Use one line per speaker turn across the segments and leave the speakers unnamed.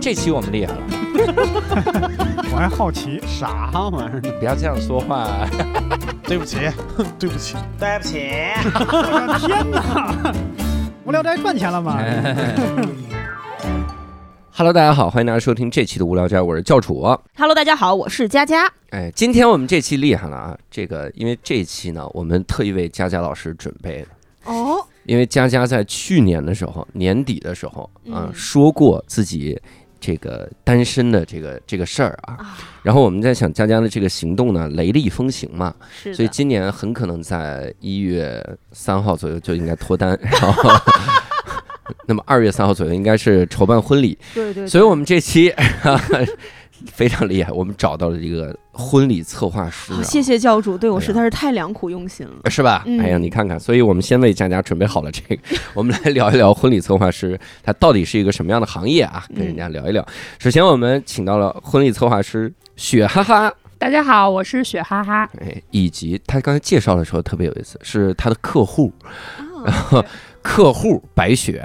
这期我们厉害了，
我还好奇，
啥玩意儿？
不要这样说话。
对不起，对不起，
对不起，
我的天哪！无聊斋赚钱了吗？
哎 Hello，大家好，欢迎大家收听这期的无聊斋，我是教主。
Hello，大家好，我是佳佳。
哎，今天我们这期厉害了啊！这个，因为这一期呢，我们特意为佳佳老师准备的，
哦，
因为佳佳在去年的时候，年底的时候啊，
嗯
说过自己这个单身的这个这个事儿啊。
啊
然后我们在想，佳佳的这个行动呢，雷厉风行嘛，
是
所以
的，
今年很可能在一月三号左右就应该脱 单，然后。 那么二月三号左右应该是筹办婚礼，
对对
所以我们这期 哈哈非常厉害，我们找到了一个婚礼策划师、啊，
好，谢谢教主对我
哎呀
实在是太良苦用 心了。
是吧？
嗯
哎呀，你看看，所以我们先为大家准备好了这 个，我们来聊一聊婚礼策划师他到底是一个什么样的行业
嗯
啊？跟人家聊一聊。首先，我们请到了婚礼策划师雪哈哈，
大家好，我是雪哈哈。
哎，以及他刚才介绍的时候特别有意思，是他的客户，
啊
客户白 雪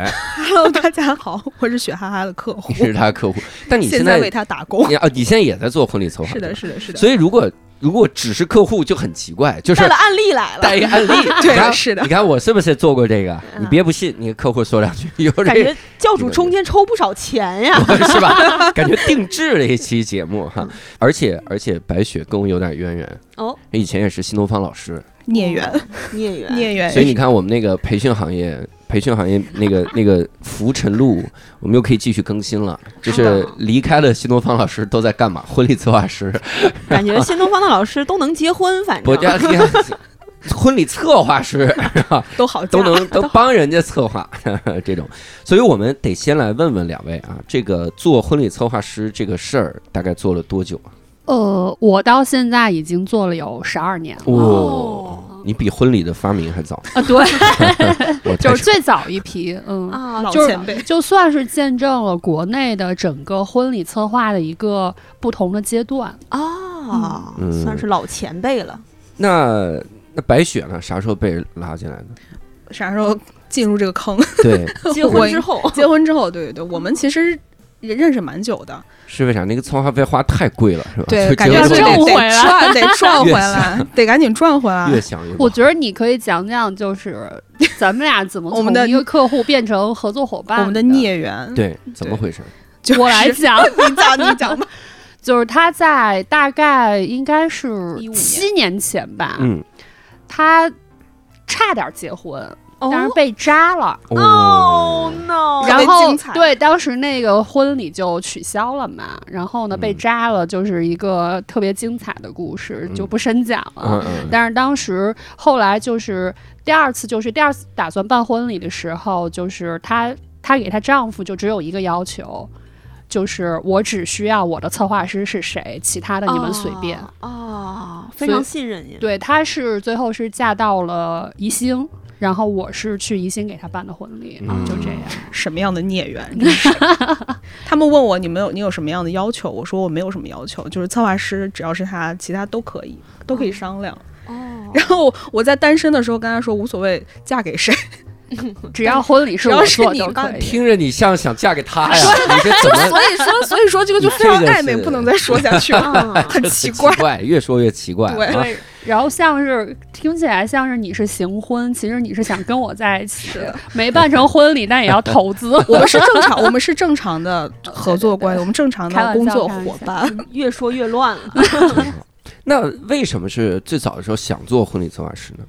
Hello，大家好，我是雪哈哈的客户
你，是他的客户，但你
现
现
在
在
为他打工。
你啊，你现在也在做婚礼策划，
是的，，是的，是的，
所以如果如果只是客户就很奇怪，就是
带了案例来
带
了，
一个案 例，
对
你看
是的
你看我是不是做过这个？
嗯
你别不信，你客户说两句，有
感
这
觉教主中间抽不少钱呀。
是 吧？感觉定制了一期节目哈，而且而且白雪跟我有点渊源
哦，
以前也是新东方老师，
孽缘，
孽缘，
孽
哎
缘。
所以你看我们那个培训行业。培训行业那个 那个浮沉录，我们又可以继续更新了。就是离开了新东方老师都在干嘛？婚礼策划师，
感觉新东方的老师都能结婚，反
不叫
正
婚礼策划师，
都好嫁
都能都帮人家策划 这种，所以我们得先来问问两位啊，这个做婚礼策划师这个事儿大概做了多久啊？
呃，我到现在已经做了有十二年了。
哦，你比婚礼的发明还早，
啊，对，
我太
就是最早一批，嗯，
啊，老
就是
前辈。
就算是见证了国内的整个婚礼策划的一个不同的阶段。
啊
嗯，
算是老前辈 了。
那那白雪呢？啥时候被拉进来的？
啥时候进入这个坑？
对，
结婚之后，
结婚之后，哦对对对，我们其实也认识蛮久的，
是为啥？那个策划费花太贵了，是吧？
对
就，
感
结
觉
婚
得
之
挣
后
得
回来
赚，得 赚回
越
来，得赶紧赚回来
越。想越
我
忙
觉得你可以讲讲， 就是咱们俩怎么
我们的
从一个客户变成合作伙伴。
我
嗯
们的，孽缘，
对，怎么回事？
就是
我来讲，
你讲你讲吧。
就是他在大概应该是
15年
七年前吧，
嗯，
他差点结婚，
哦
但是被扎了。
哦 no，
Oh 然
特别
后
精彩
对，当时那个婚礼就取消了嘛，然后呢被
嗯
扎了，就是一个特别精彩的故事，就
嗯
不深讲了。
嗯嗯
但是当时后来就是第二次，就是第二次打算办婚礼的时候，就是她她给她丈夫就只有一个要求，就是我只需要我的策划师是谁，其他的你们随便。
哦啊，
所
非
以
常信任你。
对，她是最后是嫁到了宜兴，然后我是去宜兴给她办的婚礼，
嗯
就这样。
什么样的孽缘？ 真是他们问我你们有你有什么样的要求？我说我没有什么要求，就是策划师只要是他，其他都可以，都可以商量。
哦，
然后我在单身的时候跟他说无所谓，嫁给谁，
只要婚礼是
只要
我
是
做
你
就
办
可以。
听着你像想嫁给他呀？你这怎么
所以说，所以说这个就非 常暧昧，不能再说下去了，
嗯
啊
很奇怪。
怪？越说越奇怪。
对
嗯
啊，
对，然后像是听起来像是你是行婚，其实你是想跟我在一起，没办成婚礼，但也要投资。
我们是正常，我们是正常的合作关系，我们正常
开
的
玩
工
笑
作
开玩
伙
笑
伴。
越说越乱 了。
那为什么是最早的时候想做婚礼策划师呢？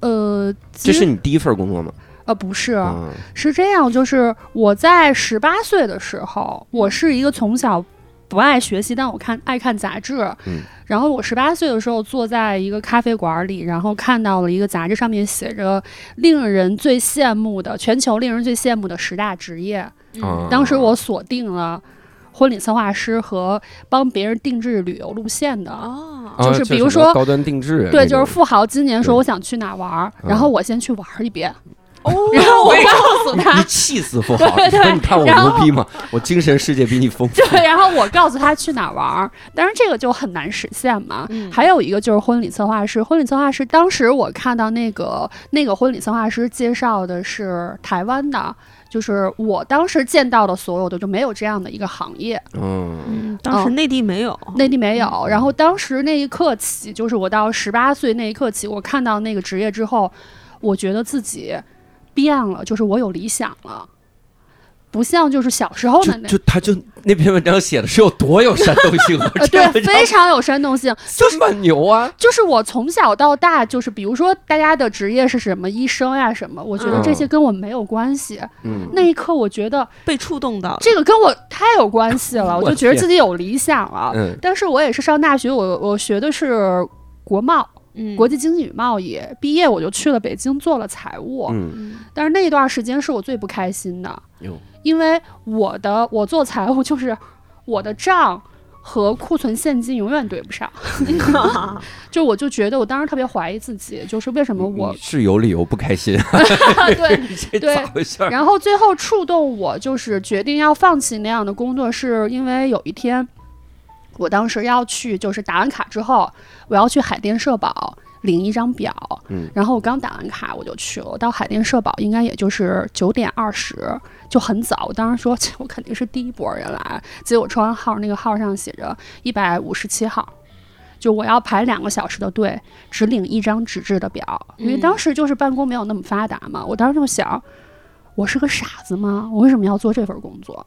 呃，
这
其
是
实
你第一份工作吗？
呃不是，
啊，
是这样，就是我在十八岁的时候，我是一个从小。不爱学习，但我看爱看杂志。
嗯
然后我十八岁的时候坐在一个咖啡馆里，然后看到了一个杂志，上面写着令人最羡慕的全球令人最羡慕的十大职业。
嗯
啊
当时我锁定了婚礼策划师和帮别人定制旅游路线的。
哦
啊
就是比如
什么
说
高端定制，啊
对，就是富豪今年说
对
我想去哪儿玩儿，
嗯
然后我先去玩儿一遍，
哦
然后我告诉他
你，气死富豪！
对
你
对
说你看我
然后
牛逼吗？我精神世界比你丰富。
对，然后我告诉他去哪儿玩儿，但是这个就很难实现嘛。
嗯
还有一个就是婚礼策划师，婚礼策划师当时我看到那个那个婚礼策划师介绍的是台湾的，就是我当时见到的所有的就没有这样的一个行业，
嗯，
嗯，
哦
当时内地没有，
内地没有。然后当时那一刻起，就是我到十八岁那一刻起，我看到那个职业之后，我觉得自己变了，就是我有理想了。不像就是小时候的那
就就他就那篇文章写的是有多有煽动性啊
呃，，
这
对，
文章
非常有煽动性。
这么牛啊！
就是我从小到大，就是比如说大家的职业是什么，医生呀、什么，我觉得
嗯
这些跟我没有关系。
嗯，
那一刻，我觉得
被触动到了。
这个跟我太有关系了，
我
我就觉得
天
自己有理想了。
嗯
但是我也是上大学，我我学的是国贸，
嗯
国际经济与贸易，毕业我就去了北京做了财务。
嗯
但是那段时间是我最不开心的
哟，
因为我的我做财务就是我的账和库存现金永远对 不上。 就我就觉得我当时特别怀疑自己，就是为什么我
你是有理由不开 心，
对。
这
对
咋回 事儿？
然后最后触动我就是决定要放弃那样的工作，是因为有一天，我当时要去就是打完卡之后，我要去海淀社保领一张表，
嗯
然后我刚打完卡我就去了，我到海淀社保应该也就是九点二十，就很早。我当时说 切我肯定是第一波人来，结果抽完号那个号上写着一百五十七号。就我要排两个小时的队，只领一张纸质的表，因为
嗯
当时就是办公没有那么发达嘛。我当时就想，我是个傻子吗？我为什么要做这份工作？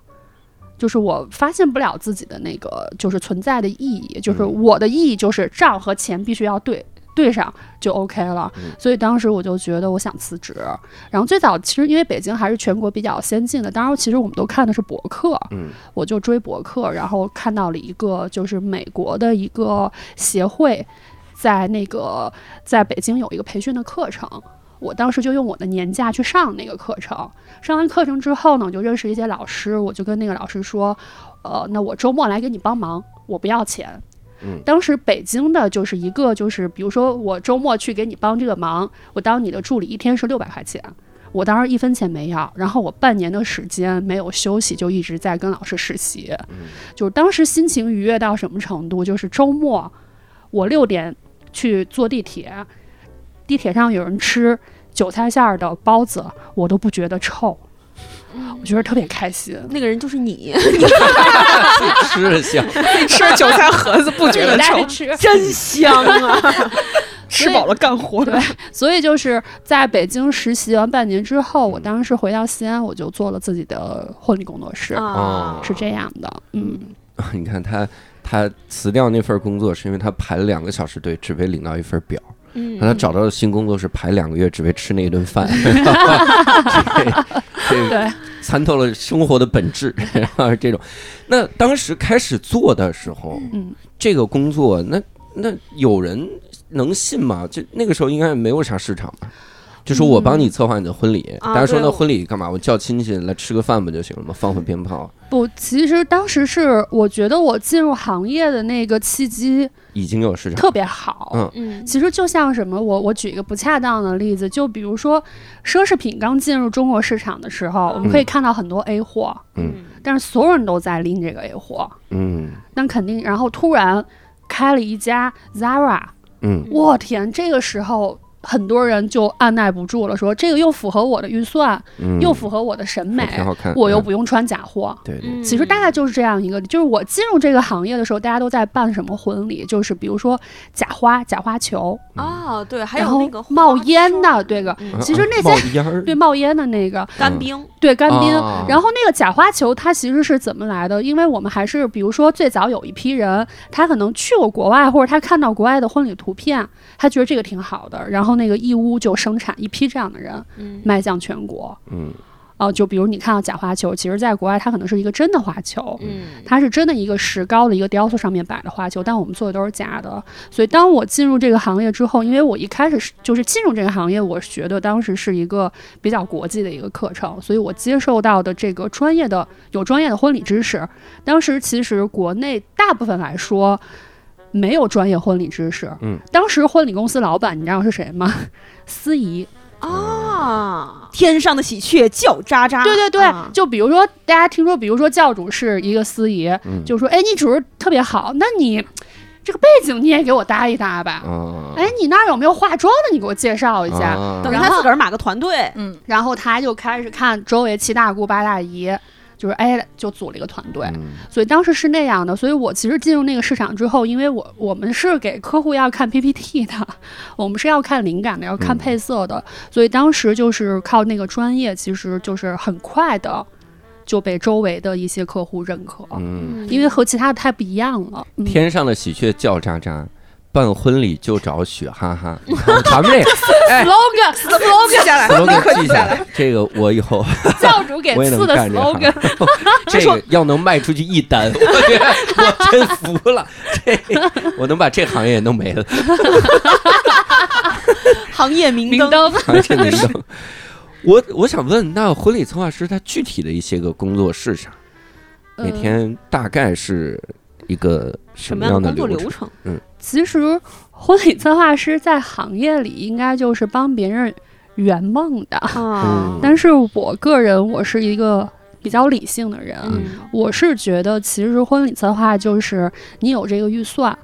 就是我发现不了自己的那个就是存在的意义，就是
嗯
我的意义就是账和钱必须要对对上就 OK 了。
嗯
所以当时我就觉得我想辞职。然后最早其实因为北京还是全国比较先进的，当然其实我们都看的是博客，
嗯
我就追博客，然后看到了一个就是美国的一个协会，在那个在北京有一个培训的课程。我当时就用我的年假去上那个课程，上完课程之后呢，我就认识一些老师，我就跟那个老师说，呃，那我周末来给你帮忙，我不要钱。
嗯
当时北京的就是一个就是，比如说我周末去给你帮这个忙，我当你的助理一天是六百块钱，我当时一分钱没要，然后我半年的时间没有休息，就一直在跟老师实习，就是当时心情愉悦到什么程度，就是周末我六点去坐地铁，地铁上有人吃韭菜馅儿的包子，我都不觉得臭，我觉得特别开心。
那个人就是你，
吃了香，
吃韭菜盒子不觉得
爱
臭，
吃，
真香啊！
吃饱了干活。
对所以就是在北京实习完半年之后，我当时回到西安，我就做了自己的婚礼工作
啊
室，
嗯
哦
是这样的。嗯，
你看他他辞掉那份工作是因为他排了两个小时队，只为领到一份表。
嗯
让他找到的新工作是排两个月，只为吃那一顿 饭， 这这
对
参透了生活的本质， 然后是这种。那当时开始做的时候，
嗯，
这个工作，那那有人能信吗？就那个时候应该没有啥市场吧。就说我
嗯
帮你策划你的婚礼，
啊
大家说
对
那
我
婚礼干嘛？我叫亲戚来吃个饭不就行了吗？放放鞭炮，啊
不，其实当时是我觉得我进入行业的那个契机
已经有市场。
特别好。
嗯
嗯
其实就像什么，我我举一个不恰当的例子，就比如说奢侈品刚进入中国市场的时候，我们可以看到很多 A 货，
嗯
但是所有人都在拎这个 A 货，
嗯
那肯定。然后突然开了一家 Zara，
嗯
我天，这个时候很多人就按耐不住了，说这个又符合我的预算，
嗯，
又符合我的审美，
挺好看。
我又
嗯
不用穿假货。
对对，
嗯
其实大概就是这样一个，就是我进入这个行业的时候，大家都在办什么婚礼，就是比如说假花、假花球，
哦，对，还
然
有
后
那个
冒
花
烟的
生
对个
嗯
啊
其实
啊
那
冒
些
烟儿
对冒烟的那个，
干
嗯
冰，
对干冰。
啊
然后那个假花球，它其实是怎么来的？因为我们还是，比如说最早有一批人，他可能去过国外，或者他看到国外的婚礼图片，他觉得这个挺好的，然后那个义乌就生产一批这样的人，
嗯
迈向全国。
嗯
啊、就比如你看到假花球，其实在国外它可能是一个真的花球，
嗯，
它是真的一个石膏的一个雕塑上面摆的花球，但我们做的都是假的。所以当我进入这个行业之后，因为我一开始是就是进入这个行业，我学的当时是一个比较国际的一个课程，所以我接受到的这个专业的有专业的婚礼知识。当时其实国内大部分来说。没有专业婚礼知识。
嗯，
当时婚礼公司老板你知道是谁吗？司仪。
哦，啊，
天上的喜鹊叫喳喳。
对对对，
啊
就比如说大家听说，比如说教主是一个司仪，
嗯
就说哎，你主持特别好，那你这个背景你也给我搭一搭吧。
啊，
哎，你那儿有没有化妆的？你给我介绍一下。
啊
等着他自个儿码个团队，
嗯，
然后他就开始看周围七大姑八大姨，就是哎，就组了一个团队。
嗯
所以当时是那样的。所以我其实进入那个市场之后，因为我我们是给客户要看 PPT 的， 我们是要看灵感的，要看
嗯
配色的。所以当时就是靠那个专业，其实就是很快的就被周围的一些客户认可，
嗯，
因为和其他的太不一样了。嗯、
天上的喜鹊叫喳喳，办婚礼就找雪哈 哈。咱们这
slogan
记
slogan
下来，
slogan 记下来，这个我以后
教主给
我也
赐
能
的
干这
slogan
行。 这个要能卖出去一 单，我觉得我真服了， 这我能把这行业弄没了。
行业明
明
灯。
灯，
而且你懂。我我想问，那婚礼策划师他具体的一些个工作是啥？ 每
嗯
天大概是一个什
什
么
么样
的
的工作
流
流？程？
其实婚礼策划师在行业里应该就是帮别人圆梦的，
嗯
啊，
但是我个人我是一个比较理性的人，
嗯
我是觉得其实婚礼策划就是你有这个预算。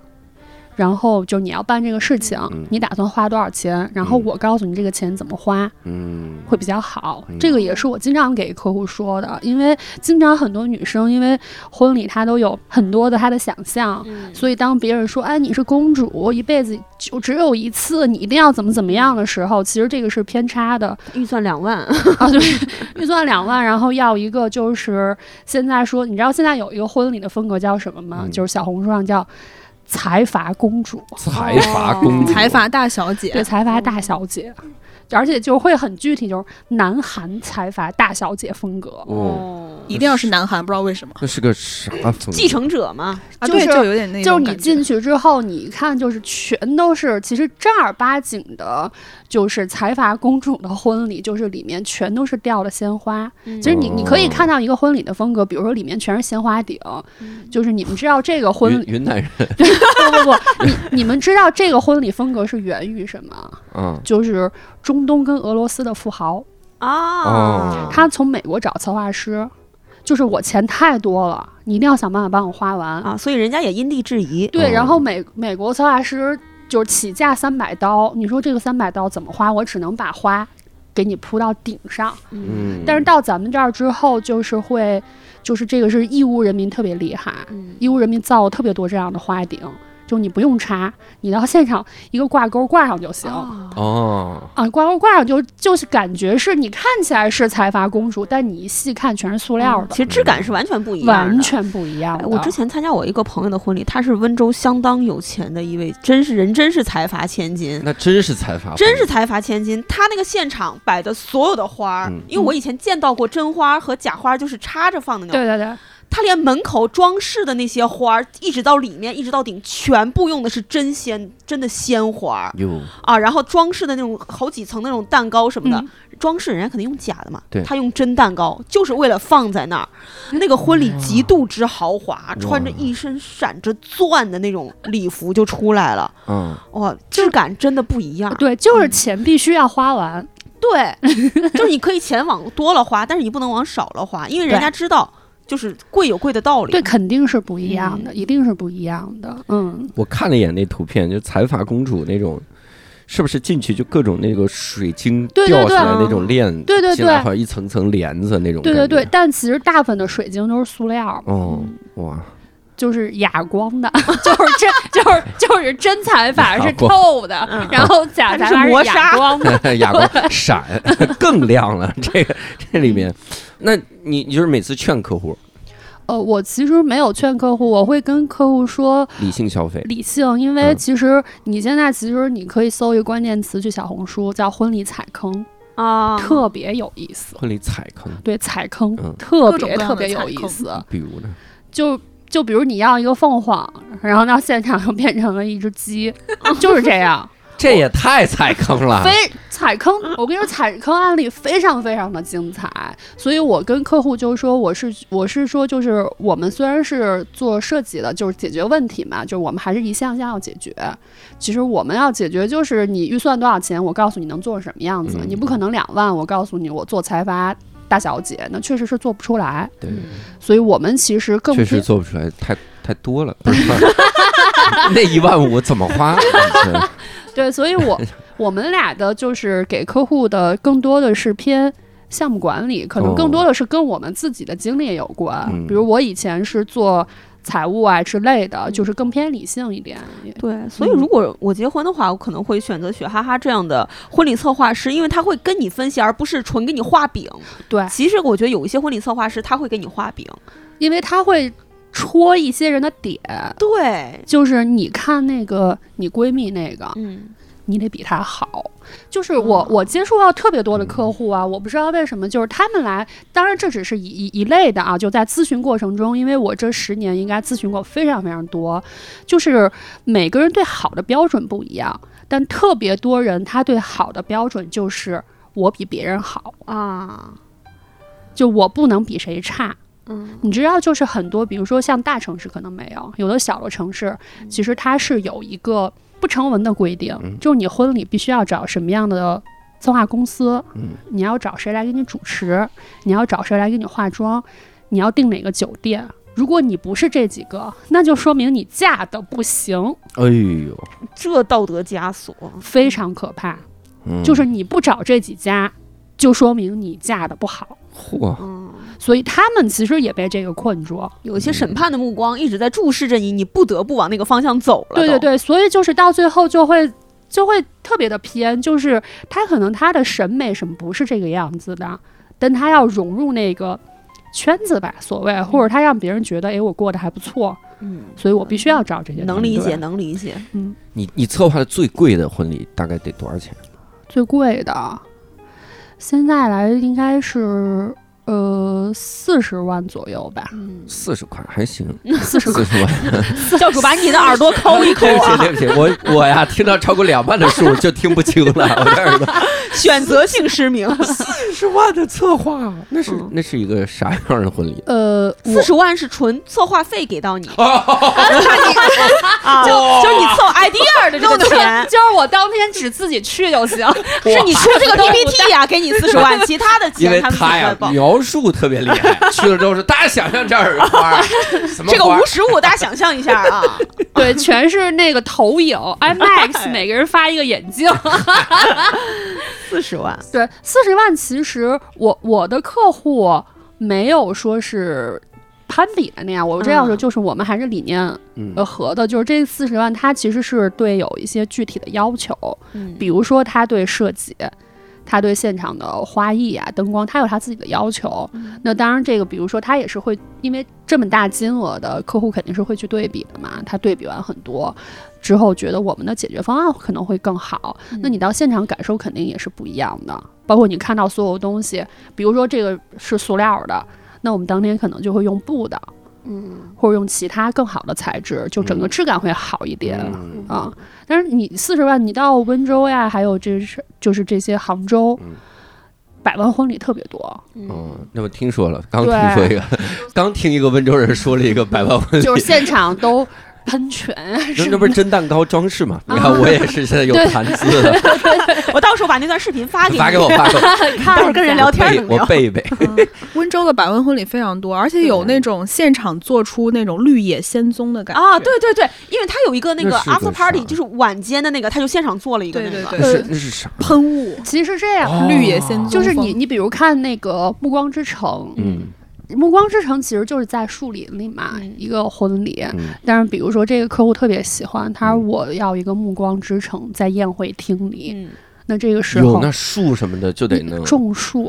然后就你要办这个事情，
嗯
你打算花多少钱？然后
嗯
我告诉你这个钱怎么花，
嗯，
会比较好
嗯。
这个也是我经常给客户说的，因为经常很多女生因为婚礼她都有很多的她的想象，
嗯
所以当别人说“哎，你是公主，一辈子就只有一次，你一定要怎么怎么样”的时
嗯
候，其实这个是偏 差的
预算两万，
啊。对，预算两万，然后要一个就是现在说，你知道现在有一个婚礼的风格叫什么吗？
嗯
就是小红书上叫“财阀公主
财阀
哦
公主，
财阀大小”，
对，
姐，
财阀大小姐。而且就会很具体，就是南韩财阀大小姐风格，
哦，
一定要是南韩，不知道为什么
那是个啥风格？
继承者嘛，
啊
就是
对，就有点
就
那
是
种
你
感觉
进去之后，你一看就是全都是，其实正儿八经的，就是财阀公主的婚礼，就是里面全都是掉了鲜花。
其
其实你你可以
哦
看到一个婚礼的风格，比如说里面全是鲜花顶，
嗯
就是你们知道这个婚
云
礼，
云南人
不不不，你你们知道这个婚礼风格是源于什么？
啊，
就是中东跟俄罗斯的富豪，
啊，
哦
他从美国找策划师，就是我钱太多了，你一定要想办法帮我花完。
啊，所以人家也因地制宜，
对，然
哦
后美美国策划师就是起价三百刀，你说这个三百刀怎么花？我只能把花给你铺到顶上。
嗯，
但是到咱们这儿之后，就是会，就是这个是义乌人民特别厉害，
嗯
义乌人民造了特别多这样的花顶，就你不用插，你到现场一个挂钩挂上就行。
啊
哦，
啊，挂钩挂上就就是感觉是你看起来是财阀公主，但你一细看全是塑料
其
的，
实质感是完全嗯不一样的，
完全不一样
哎
的。
我之前参加我一个朋友的婚礼，他是温州相当有钱的一位，真是人真是财阀千金，
那真是财阀，
真是财阀千金。他那个现场摆的所有的花儿，
嗯
因为我以前见到过真花和假花，就是插着放的那种。
对对对，
他连门口装饰的那些花儿，一直到里面一直到顶，全部用的是真鲜，真的鲜花儿
哟，
啊。然后装饰的那种好几层那种蛋糕什么的，
嗯
装饰人家肯定用假的嘛
对，
他用真蛋糕，就是为了放在那儿。那个婚礼极度之豪华，穿着一身闪着钻的那种礼服就出来了，
嗯，
哇，质感真的不一样。
对，就是钱必须要花完。
对，就是你可以钱往多了花，但是你不能往少了花，因为人家知道就是贵有贵的道理。
对，肯定是不一样
嗯
的，一定是不一样的。嗯，
我看了一眼那图片，就财阀公主那种。是不是进去就各种那个水晶
对
掉
对
下来
对
那种链，
对对
进来
对
好像一层层帘子那种感
对
觉。
对对，但其实大部分的水晶都是塑料，
哦，哇，
就是哑光的， 就是真就是就是真财阀
哑
是
光
透的，
嗯
然后假
它
财
是
阀
磨
是
砂
哑光 的。
哑光闪更亮了。这个这里面，那你你就是每次劝客户
呃，我其实没有劝客户，我会跟客户说
理性消费，
理性，因为
嗯
其实你现在其实你可以搜一个关键词去小红书，叫婚礼踩坑，
啊，
特别有意思。
婚礼踩坑，
对，踩坑、
嗯
特
各种
别
各样
特
的
别有
踩
意
坑
思。
比如呢？
就就比如你要一个凤凰，然后到 现场又变成了一只鸡，就是这样，
这也太踩坑了
非踩坑，我跟你说，踩坑案例非常非常的精彩，所以我跟客户就是说，我是我是说，就是我们虽然是做设计的，就是解决问题嘛，就是我们还是一项项要解决。其实我们要解决就是你预算多少钱，我告诉你能做成什么样子，
嗯
你不可能两万，我告诉你我做财阀大小姐，那确实是做不出来。
对，
所以我们其实更
确实
偏
做不出来，太太多了。不是 那一万五怎么花？ 嗯
对，所以我我们俩的就是给客户的更多的是偏项目管理，可能更多的是跟我们自己的经历有关。
嗯
比如我以前是做财务啊之类的，就是更偏理性一点。
对，所
所
以
以，
如
嗯
如
果
果我结婚的话，我可能会选择雪哈哈这样的婚礼策划师，因为他会跟你分析，而不是纯给你画饼。
对，
其实我觉得有一些婚礼策划师他会给你画饼，
因为他会戳一些人的点，
对，
就是你看那个你闺蜜那个，
嗯，
你得比他好。就是我我接触到特别多的客户啊，我不知道为什么，就是他们来，当然这只是一一一类的啊，就在咨询过程中，因为我这十年应该咨询过非常非常多，就是每个人对好的标准不一样，但特别多人他对好的标准就是我比别人好，
啊，
就我不能比谁差。
嗯，
你知道，就是很多，比如说像大城市可能没有，有的小的城市，其实它是有一个不成文的规定，
嗯
就是你婚礼必须要找什么样的策划公司，
嗯
你要找谁来给你主持，你要找谁来给你化妆，你要订哪个酒店。如果你不是这几个，那就说明你嫁的不行，
哎呦，
这道德枷锁，
非常可怕。
嗯
就是你不找这几家，就说明你嫁的不好。
嚯，
嗯，
所以他们其实也被这个困住。
有一些
嗯
审判的目光一直在注视着你，你不得不往那个方向走了。
对对，对，所以就是到最后就会就会特别的偏，就是他可能他的审美什么不是这个样子的，但他要融入那个圈子吧，所谓，或者他让别人觉得，哎，我过得还不错，
嗯，
所以我必须要找这些。
能理解，，能理解。
你你策划的最贵的婚礼大概得多少钱？
最贵的，现在来应该是。呃，四十万左右吧，
四十块还行，
四十
四
块。
十 万。
教主把你的耳朵抠 一抠
对不起，
啊，
对不起，我我呀，听到超过两万的数就听不清了，我这耳朵。
选择性失明。
四十万的策划，那
嗯
是那是一个啥样的婚礼？
呃，我。
四十万是纯策划费给 到你，
啊，就
就是你 凑 idea 的这个钱
就是我当天只自己去 就行，
是你出这个 PPT 呀、给你四十万，其他的
因
钱
为
他们自己
他呀
来报。
描述特别厉害，去了之后说大家想象这儿有花儿，什么
这个
花儿
无？实物，大家想象一下啊，
对，全是那个投影 IMAX，每个人发一个眼镜。
四十万，
对，四十万其实我我的客户没有说是攀比的那样，我这样说
嗯
就是我们还是理念
嗯
呃合的，就是这四十万它其实是对有一些具体的要求，
嗯
比如说他对设计。他对现场的花艺啊、灯光，他有他自己的要求。那当然，这个比如说他也是会，因为这么大金额的客户肯定是会去对比的嘛。他对比完很多之后，觉得我们的解决方案可能会更好。那
嗯
你到现场感受肯定也是不一样的，包括你看到所有东西，比如说这个是塑料的，那我们当天可能就会用布的，嗯，或者用其他更好的材质，就整个
嗯
质感会好一点。
嗯
啊。但是你四十万，你到温州呀，还有这是就是这些杭州，
嗯
百万婚礼特别 多，
嗯，那我听说了，刚
对
听说一个，刚听一个温州人说了一个百万婚礼，
就是现场都喷泉啊
那
什
那
么
不是
的。
蒸蛋糕装饰吗？你看我也是现在有
对
谈资的，
我到时候把那段视频发给你，
发给 我，发给我，
看
待会儿跟人聊天
背
能
我
聊。
背一背。
温州的百万婚礼非常多，而且有那种现场做出那种绿野仙踪的感觉
啊，对对对，因为他有一个那
那
个
是个啊
after
啥
party，就是晚间的那个，他就现场做了一个那
对
个。
对对，
那是那是啥？
喷雾、
其实这样。
哦
绿野仙踪，
就是你，你比如看那个《暮光之城》，
嗯
《暮光之城》其实就是在树林里嘛，一个婚礼。
嗯
但是比如说这个客户特别喜欢，他说
嗯
我要一个《暮光之城》在宴会厅里。
嗯
那这个时
有
候
那树什么的就得弄
嗯
种树，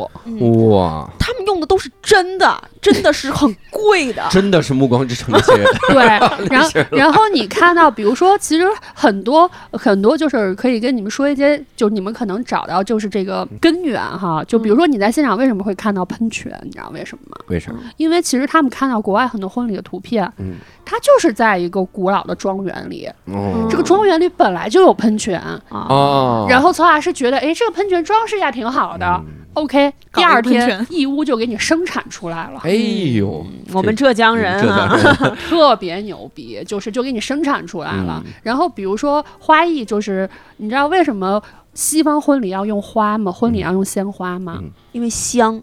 哇，。
他们用
的都是真的，真的是很贵的
真的是《暮光之城》那些人，
对，然后然后你看到，比如说，其实很多很多就是可以跟你们说一些，就是你们可能找到就是这个根源哈。就比如说你在现场为什么会看到喷泉，你知道为什么吗？
为啥？
因为其实他们看到国外很多婚礼的图片，
嗯
它就是在一个古老的庄园里，
哦
这个庄园里本来就有喷泉，
啊
哦，
然后策划师觉得，哎，这个喷泉装饰一下挺好的。OK，
嗯
第
搞一
二
个喷
天
泉
义乌就给你生产出来了，
哎呦，
我们浙江人
这
啊，
当然
特别牛逼，就是就给你生产出来了。
哎嗯
然后比如说花艺，就是你知道为什么西方婚礼要用花吗？婚礼要用鲜花吗？
嗯
因为香。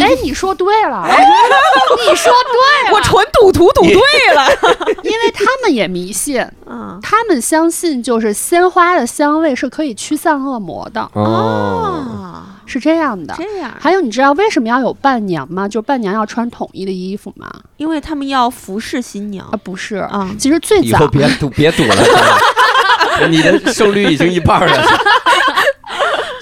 哎，你说对了，
哎
你说对了，
我纯赌徒赌对了。
因为他们也迷信，
嗯，
他们相信就是鲜花的香味是可以驱散恶魔的，
哦，
是这样的。
啊这样，
还有，你知道为什么要有伴娘吗？就是伴娘要穿统一的衣服吗？
因为他们要服侍新娘
啊，不是，
啊。
其实最
以
早
后 别赌别赌了真的，你的胜率已经一半了。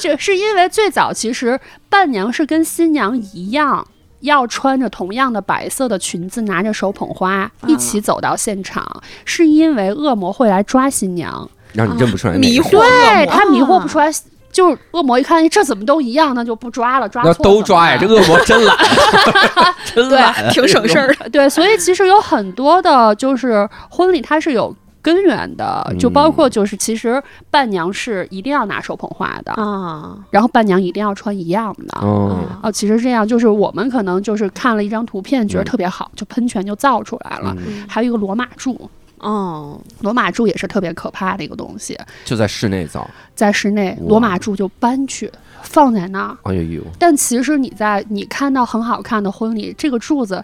这是因为最早其实伴娘是跟新娘一样，要穿着同样的白色的裙子，拿着手捧花一起走到现场，是因为恶魔会来抓新娘，
让你认不出来哪个
啊迷
是
惑
对
了
他迷惑不出来。就是恶魔一看哎这怎么都一样，那就不抓了，抓
那
错
都
怎么
抓呀，
办
这恶魔真懒，真
对
懒，
挺省事儿的。
对，所以其实有很多的，就是婚礼它是有根源的，就包
嗯
括就是其实伴娘是一定要拿手捧花的，
啊，
然后伴娘一定要穿一样 的。
哦，
哦，其实这样就是我们可能就是看了一张图片，觉得特别好，就喷泉就造出来了。
嗯
还有一个罗马柱，
哦，
罗马柱也是特别可怕的一个东西，
就在室内造。
在室内
哇
罗马柱就搬去放在那儿，
哎呦呦，
但其实你在你看到很好看的婚礼，这个柱子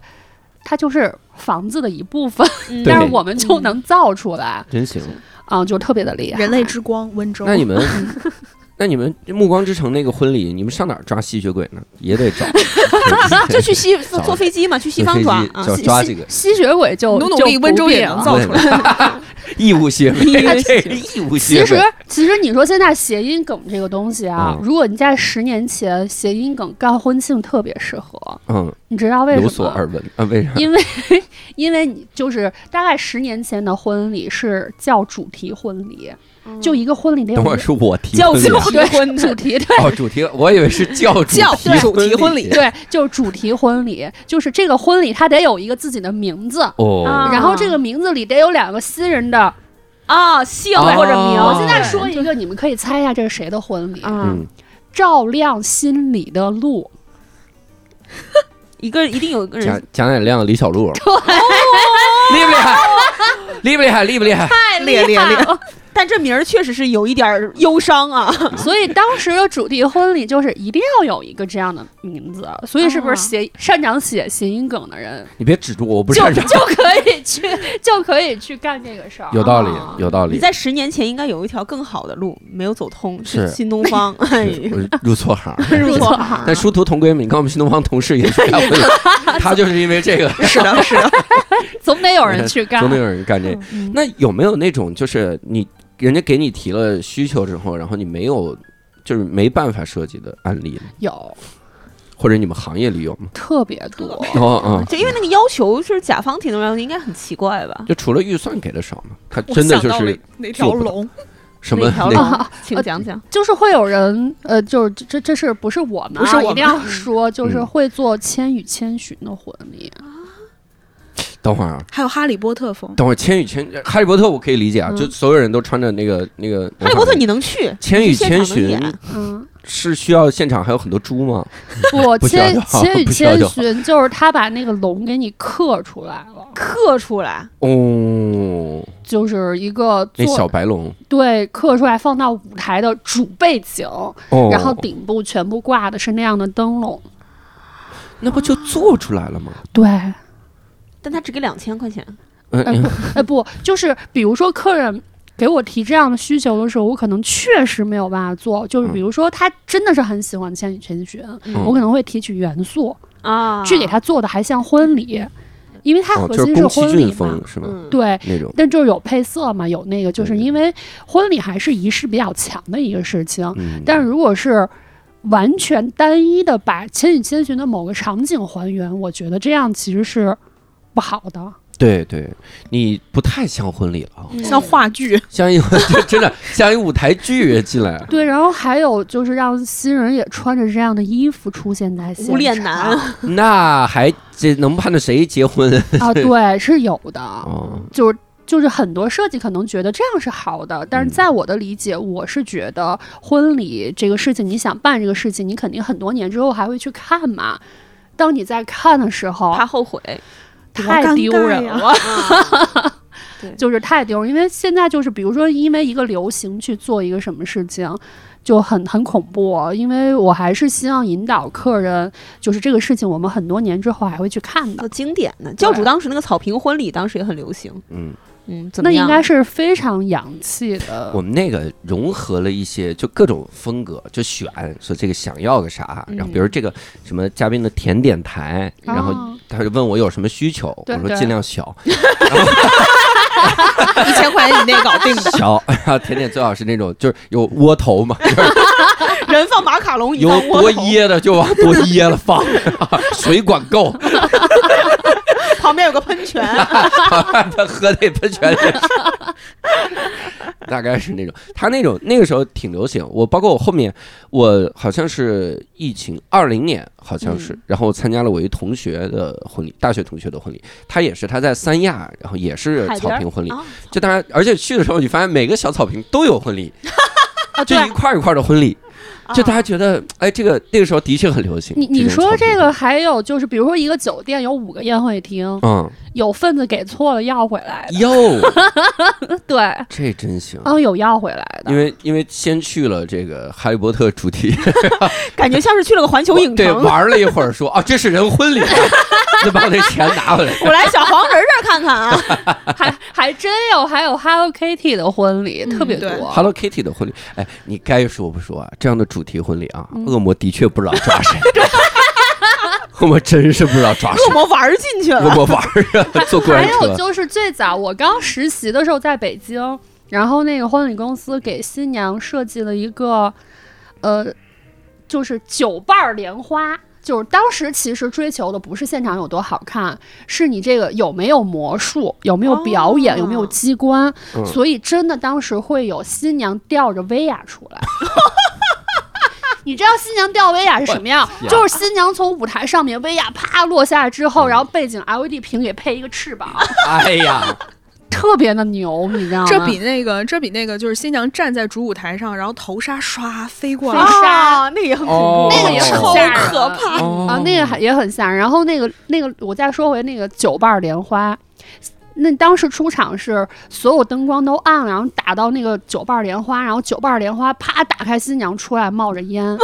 它就是房子的一部分，
嗯
对
但是我们就能造出来，
真行！
啊、就特别的厉害。
嗯人类之光，温州。
那你们， 那你们《暮光之城》那个婚礼，你们上哪儿抓吸血鬼呢？也得找，
啊就去西
早
坐坐飞机嘛，去西方
抓
抓啊。
就抓这个
吸血鬼就
努努
就
力
不
温州也
必
能
了
造出
来，义务吸血鬼， 这是义务吸
其
血
实
鬼。，
其实你说现在谐音梗这个东西啊，
嗯
如果你在十年前，谐音梗干婚庆特别适合，
嗯，
你知道为
有
什
所
么？
耳闻啊？为啥？
因为 因为你就是大概十年前的婚礼是叫主题婚礼，
嗯
嗯
就一个婚礼得有
等会儿
一
是我提
教
婚礼啊
主
对
婚
主题，对
哦，主题我以为是教主
教
题
主题
婚
婚
礼
礼
对，就是主题婚礼，就是这个婚礼它得有一个自己的名字。
哦
啊
然后这个名字里得有两个新人的，
嗯
啊，姓
哦
或者名。
我现在说一个，你们可以猜一下这是谁的婚礼？
啊，
嗯，
照亮心里的路。
一个一定有一个
贾
人
贾乃亮、李小璐， 厉不厉害？厉不厉害？厉不厉害？
太
烈烈烈，
但这名儿确实是有一点儿忧伤啊。
嗯
所以当时的主题婚礼就是一定要有一个这样的名字，所以是不是写、擅长写谐音梗的人
你别指住我，嗯我不
就
擅长。
就可以去就可以去干这个事儿？
有道理
啊，
有道
你
理。
在十年前应该有一条更好的路没有走通，去
是
新东方。哎，
是我入错行。
入
错
错
行
行。
但殊途同归嘛，你看我们新东方同事也去干婚礼，他就是因为这个，
是 的，是的，
总得有人去干
总。得有人干这。那有没有那种就是你人家给你提了需求之后，然后你没有就是没办法设计的案例呢？
有
或者你们行业里有 吗？
特别多，
哦哦，
就因为那个要求是甲方提的要求，应该很奇怪吧？
就除了预算给的少嘛，他
我
真的
想
就
到了
是
那条
做不到
龙，
什么哦
哪条
那
龙，请讲讲。
就是会有人，呃，就是这这这是不是我们、啊？
不是我们
一定要
嗯
说，就是会做《千与千寻》的婚礼，
等会儿啊，
还有哈利波特风。
等会儿《千与千》《哈利波特》我可以理解啊，
嗯
就所有人都穿着那个那个。
哈利波特你能去？
《千与
你去
千
现场能
寻》
演
嗯，
是需要现场还有很多猪吗？
不，
不需要
千
就好
千与
不需要
千
就好
寻就是他把那个龙给你刻出来了，
刻出来，
哦，
就是一个
那
做
小白龙
对，刻出来放到舞台的主背景，
哦，
然后顶部全部挂的是那样的灯笼。
那不就做出来了吗？
对，
但他只给两千块钱。
嗯
哎不，哎不，就是比如说客人给我提这样的需求的时候，我可能确实没有办法做。就是比如说他真的是很喜欢《千与千寻》
嗯
我可能会提取元素
啊
去给他做的还像婚礼，因为它
哦，
核
就是
心
宫崎
婚
骏
礼嘛
风。是吗？
嗯，
对，
那种，
但就是有配色嘛，有那个，就是
对对
因为婚礼还是仪式比较强的一个事情。
嗯，
但如果是完全单一的把《千与千寻》的某个场景还原，我觉得这样其实是不好的。
对对，你不太像婚礼了，
像话剧，
像 一真的像一舞台剧进来。
对，然后还有就是让新人也穿着这样的衣服出现在现场，
无脸男，
那还这能判断谁结婚？
啊，对，是有的，
哦，
就是就是很多设计可能觉得这样是好的，
嗯
但是在我的理解，我是觉得婚礼这个事情，你想办这个事情，你肯定很多年之后还会去看嘛。当你在看的时候
他，后悔，
太丢人
多尴尬
了，
对
就是太丢人。因为现在就是，比如说，因为一个流行去做一个什么事情，就很很恐怖哦。因为我还是希望引导客人，就是这个事情，我们很多年之后还会去看的
啊
那。经典的教主当时那个草坪婚礼，当时也很流行。
嗯，
嗯，怎
那
么
应
样
该是非常洋气的。
我们那个融合了一些就各种风格，就选说这个想要个啥，然后比如这个什么嘉宾的甜点台，然后
嗯哦
他就问我有什么需求，
对
我说
对
尽量小。
一千块钱以内搞定的
小，然后甜点最好是那种就是有窝头嘛，就 是
人放马卡龙，一
有
放
多
窝头，
噎的就往多噎了放， 水管够，
旁边有个喷 泉，
他喝那喷泉也是， 大概是那种，他那种那个时候挺流行。我包括我后面，我好像是疫情二零年，好像是，然后参加了我一同学的婚礼，大学同学的婚礼，他也是他在三亚，然后也是
海
草
边
坪婚礼，
哦
啊？
就大家，而且去的时候你发现每个小草坪都有婚礼，
哦
就一块儿一块儿的婚礼，
啊
就大家觉得哎，这个那个时候的确很流行。
你你
种啊草
说
坪
这
婚
个
礼，
还有就是，比如说一个酒店有五个宴会厅，
嗯，
有份子给错了要回来的，
哟，
对，
这真 行。
嗯，有要回来的，
因
啊
为因为先去了这个《哈利波特》主 题，
感觉像是去了个环球影
对，
城。
玩了一会儿说啊，这是人婚礼啊， 就把我那钱拿 回来。
我来小黄人这儿看看 啊，
还还真有，还有 Hello Kitty 的婚礼、特别
对
多。
Hello Kitty 的婚礼，哎，你该说不说啊？这样的主题婚礼啊，
嗯
恶魔的确不知道抓谁， 恶魔真是不知道抓谁
恶，魔玩进去
恶
了。
魔玩儿啊，坐过山
还有
车，
就是最早我刚实习的时候在北京，然后那个婚礼公司给新娘设计了一个，呃，就是九瓣儿莲花。就是当时其实追求的不是现场有多好看，是你这个有没有魔术，有没有表演，有没有机关。
嗯
所以真的当时会有新娘吊着威亚出来。你知道新娘吊威亚是什么样
我？天
就是新娘从舞台上面威亚啪落下之
嗯
后，然后背景 LED 屏给配一个翅膀，
哎呀，
特别的牛，你知道吗？
这比那个，这比那个，就是新娘站在主舞台上，然后头纱唰飞过来哦
飞，杀
啊，那个也很恐
哦
怖，
那个也很
好
吓人
可怕。
啊，那个还也很吓人。然后那个那个，我再说回那个九瓣莲花，那当时出场是所有灯光都暗了，然后打到那个九瓣莲花，然后九瓣莲花啪打开，新娘出来冒着 烟，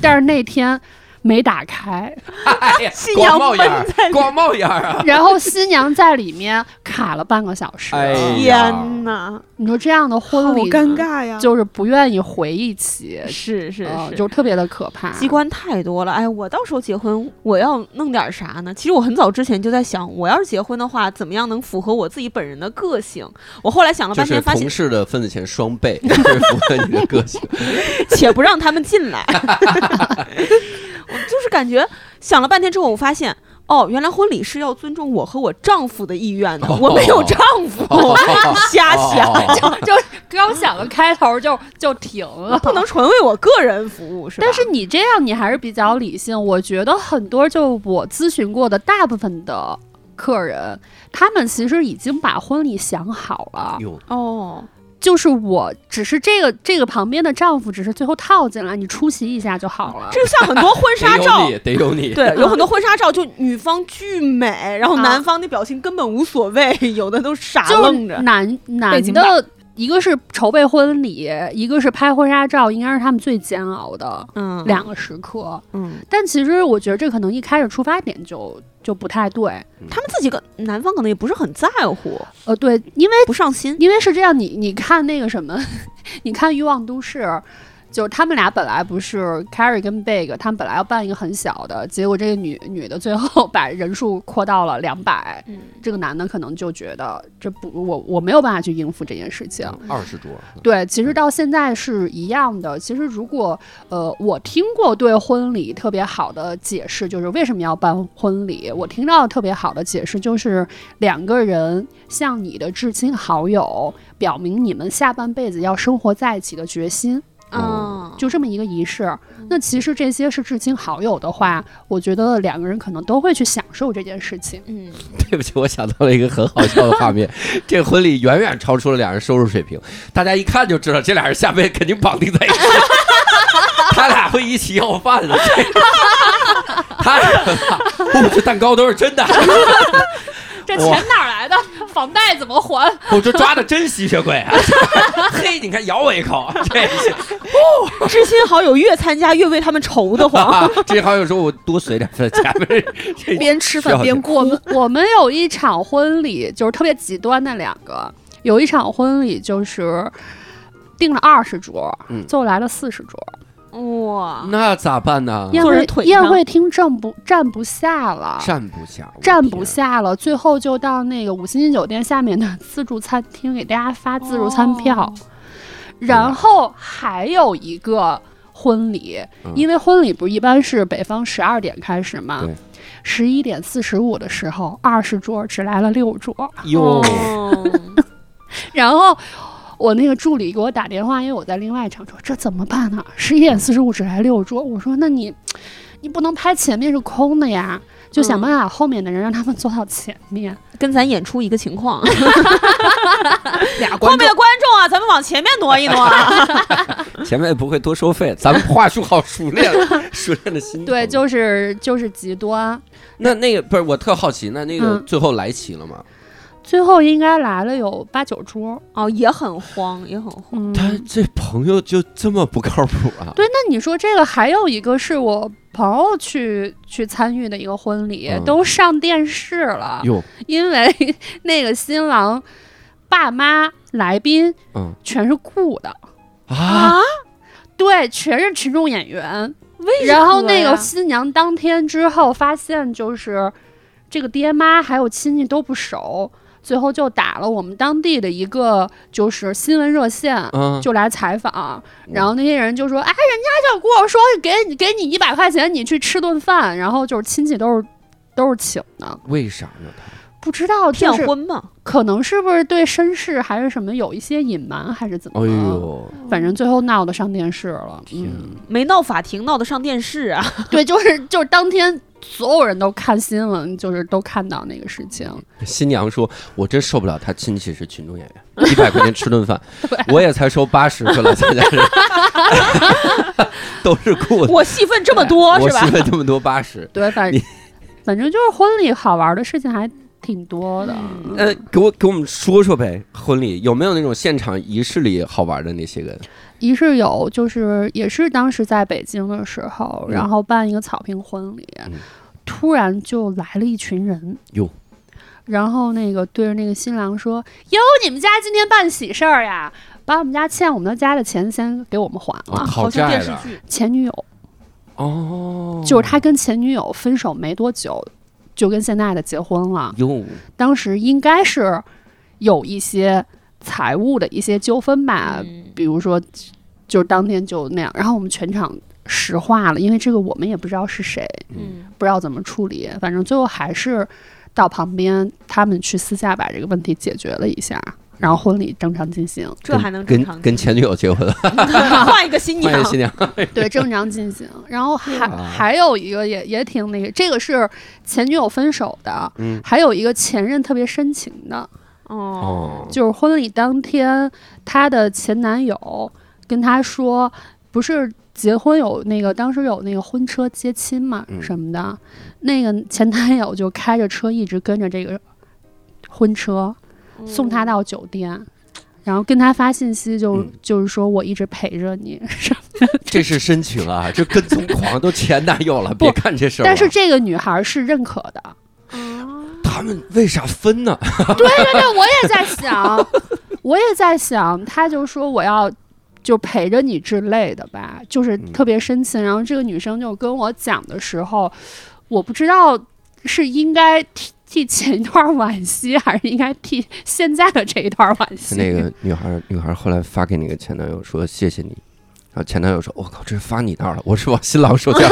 但是那天没打开，
哎呀，
新
光
娘
冒烟儿
闷在，里
光冒烟儿啊！
然后新娘在里面卡了半个小时。
哎呀
天哪，
你说这样的
好
婚礼
尴尬呀！
就是不愿意回忆起，
是是
呃
是，
就特别的可怕。
机关太多了，哎，我到时候结婚我要弄点啥呢？其实我很早之前就在想，我要是结婚的话，怎么样能符合我自己本人的个性？我后来想了
就
半
是
天，发现
同事的份子钱双倍，就是符合你的个性。
且不让他们进来。 我就是感觉想了半天之后，我发现哦，原来婚礼是要尊重我和我丈夫的意愿的，
哦
我没有丈夫，
哦
瞎想，
哦
就就刚想个开头就就停了，
不能纯为我个人服务，是吧？
但是你这样，你还是比较理性。我觉得很多就我咨询过的大部分的客人，他们其实已经把婚礼想好了，
哟，
哦，
就是我只是这个这个旁边的丈夫，只是最后套进来，你出席一下就好了。
这就像很多婚
得
纱照
有。你，得有你。
对，有 很多婚纱照，就女方巨美，然后
啊
男方的表情根本无所谓， 有的都傻
就是
愣着。
男男
背景板
的。一个是筹备婚礼，一个是拍婚纱照，应该是他们最煎熬的
嗯，
两个时刻。
嗯，
但其实我觉得这可能一开始出发点就就不太对。
他们自己个男方可能也不是很在乎，
呃，对，因为
不上心。
因为是这样，你你看那个什么，你看《欲望都市》，就是他们俩本来不是 Carrie 跟 Big，他们本来要办一个很小的，结果这个女女的最后把人数扩到了两百、
嗯
这个男的可能就觉得这不我我没有办法去应付这件事情。
嗯二十 桌，
对，其实到现在是一样的。其实如果呃，我听过对婚礼特别好的解释，就是为什么要办婚礼。我听到特别好的解释就是两个人向你的至亲好友表明你们下半辈子要生活在一起的决心，
嗯
嗯，
就这么一个仪式。那其实这些是至亲好友的话，我觉得两个人可能都会去享受这件事情。
嗯，
对不起，我想到了一个很好笑的画 面，这个婚礼远远超出了俩人收入水平，大家一看就知道这俩人下辈子肯定绑定在一 起，他俩会一起要饭的。这个他俩，哦，这蛋糕都是 真的，
这
钱哇
哪来的？房贷怎么还？
我、这抓的真吸血鬼 啊！嘿，你看咬我一口， 这些
知心好友越参加越为他们愁得 慌。
啊， 这好友说我多随点份钱呗， 这
边吃
需
饭
要
边
点
我
过。
们 我们有一场婚礼，就是特别极端的两个，有一场婚礼就是订了二十桌，
嗯
最后来了四十桌，
哇，
那咋办呢？
宴
坐人
会
腿
宴
上
会厅站不站不下了。
站不下，我
站
天
不下了，最后就到那个五星级酒店下面的自助餐厅给大家发自助餐票，
哦
然后还有一个婚礼，
嗯
因为婚礼不是一般是北方十二点开始嘛
对，
十一点四十五的时候，二十桌只来了六桌，
啊哟。
哦
然后我那个助理给我打电话，因为我在另外一场说这怎么办呢？十一点四十五只来六桌，我说那你你不能拍前面是空的呀，就想办法后面的人让他们坐到前面。
跟咱演出一个情 况，
俩
后
观众
面的观众啊，咱们往前面挪一挪啊。
前面不会多收费，咱们话术好熟练，熟练的心。
对，就是就是极端，
那那个不是我特好奇，那那个
嗯
最后来齐了吗？
最后应该来了有八九桌。
哦，也很慌，也很慌。
嗯，
他这朋友就这么不靠谱啊？
对，那你说这个还有一个是我朋友去去参与的一个婚礼，
嗯
都上电视了。
哟，
因为 那个新郎爸妈来宾，
嗯
全是雇的，
啊，
对，全是群众演员。
为
然后那
呀
个新娘当天之后发现，就是这个爹妈还有亲戚都不熟，最后就打了我们当地的一个就是新闻热线。
嗯，
就来采访，然后那些人就说：“哎，人家就跟我说给你给你一百块钱，你去吃顿饭。”然后就是亲戚都是都是请的，
为啥呢？他
不知道就
骗
是
婚嘛，
可能是不是对绅士还是什么有一些隐瞒，还是怎么
哎
了？
呦，
反正最后闹得上电视了。
天
嗯，
没闹法庭，闹得上电视啊。
对，就是就是当天所有人都看新闻，就是都看到那个事情。
新娘说：“我真受不了，他亲戚是群众演员， 一百块钱吃顿饭，我也才收八十，这老现在人 都是 雇的，
我戏份这么多
哎我
是吧
媳？妇 这么多八十。”
对，反
你
反正就是婚礼好玩的事情还挺多的。
呃，给我给我们说说呗，婚礼有没有那种现场仪式里好玩的那些个？
一是有，就是也是当时在北京的时候，
嗯
然后办一个草坪婚礼，
嗯
突然就来了一群人
哟。
然后那个对着那个新郎说：“哟，你们家今天办喜事儿呀？把我们家欠我们家的钱先给我们还了。
讨
像
债啊
电视
的
剧，
前女友
哦，
就是他跟前女友分手没多久，就跟现在的结婚了。
哟，
当时应该是有一些财务的一些纠纷吧，
嗯
比如说，就是当天就那样，然后我们全场石化了，因为这个我们也不知道是谁，
嗯
不知道怎么处理，反正最后还是到旁边他们去私下把这个问题解决了一下，然后婚礼正常进行，
这还能正
跟
常
跟前女友结婚了，
换一个新
欢
娘
迎，新娘
对，正常进行。然后还
哇
还有一个也也挺那个，这个是前女友分手的，
嗯
还有一个前任特别深情的，
哦，
就是婚礼当天，她的前男友跟她说，不是结婚有那个当时有那个婚车接亲嘛
嗯
什么的，那个前男友就开着车一直跟着这个婚车
嗯
送她到酒店。然后跟她发信息就，
嗯
就是说我一直陪着你，什么
这是深情啊，这跟踪狂都前男友了，
不
别干这事儿了。
但是这个女孩是认可的，
他们为啥分呢？
对对对，我也在想，我也在想，他就说我要就陪着你之类的吧，就是
嗯
特别深情。然后这个女生就跟我讲的时候，我不知道是应该替替前一段惋惜，还是应该替现在的这一段惋惜。
那 个女孩儿，女孩儿后来发给那个前男友说谢谢你，然后前男友说我靠，这是发你那儿了，我是往新郎手里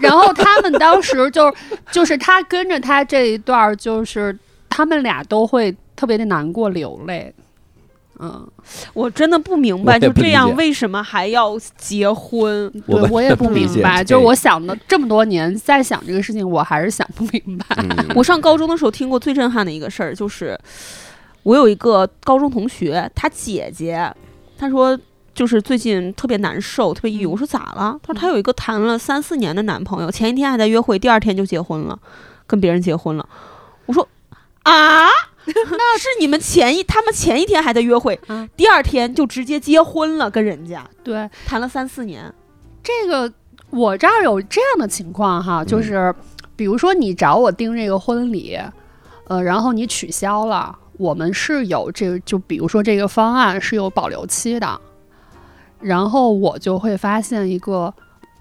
然后他们当时就就是他跟着他这一段儿，就是他们俩都会特别的难过流泪。嗯，
我真的不明白，
我也
就
不理
这
解
样为什么还要结婚？
我
对
完
我也
全
不
不理
明
解
白，
这
就是
个
我想了这么多年，在想这个事情，我还是想不明白。
嗯
我上高中的时候听过最震撼的一个事儿，就是我有一个高中同学，他姐姐，他说就是最近特别难受，特别抑郁。
嗯
我说咋了？他说他有一个谈了三四年的男朋友，前一天还在约会，第二天就结婚了，跟别人结婚了。我说 啊。那是你们前一，他们前一天还在约会，
嗯
第二天就直接结婚了，跟人家
对
谈了三四年。
这个，我这儿有这样的情况哈，就
嗯
是比如说你找我订这个婚礼，呃，然后你取消了，我们是有这个，就比如说这个方案是有保留期的，然后我就会发现一个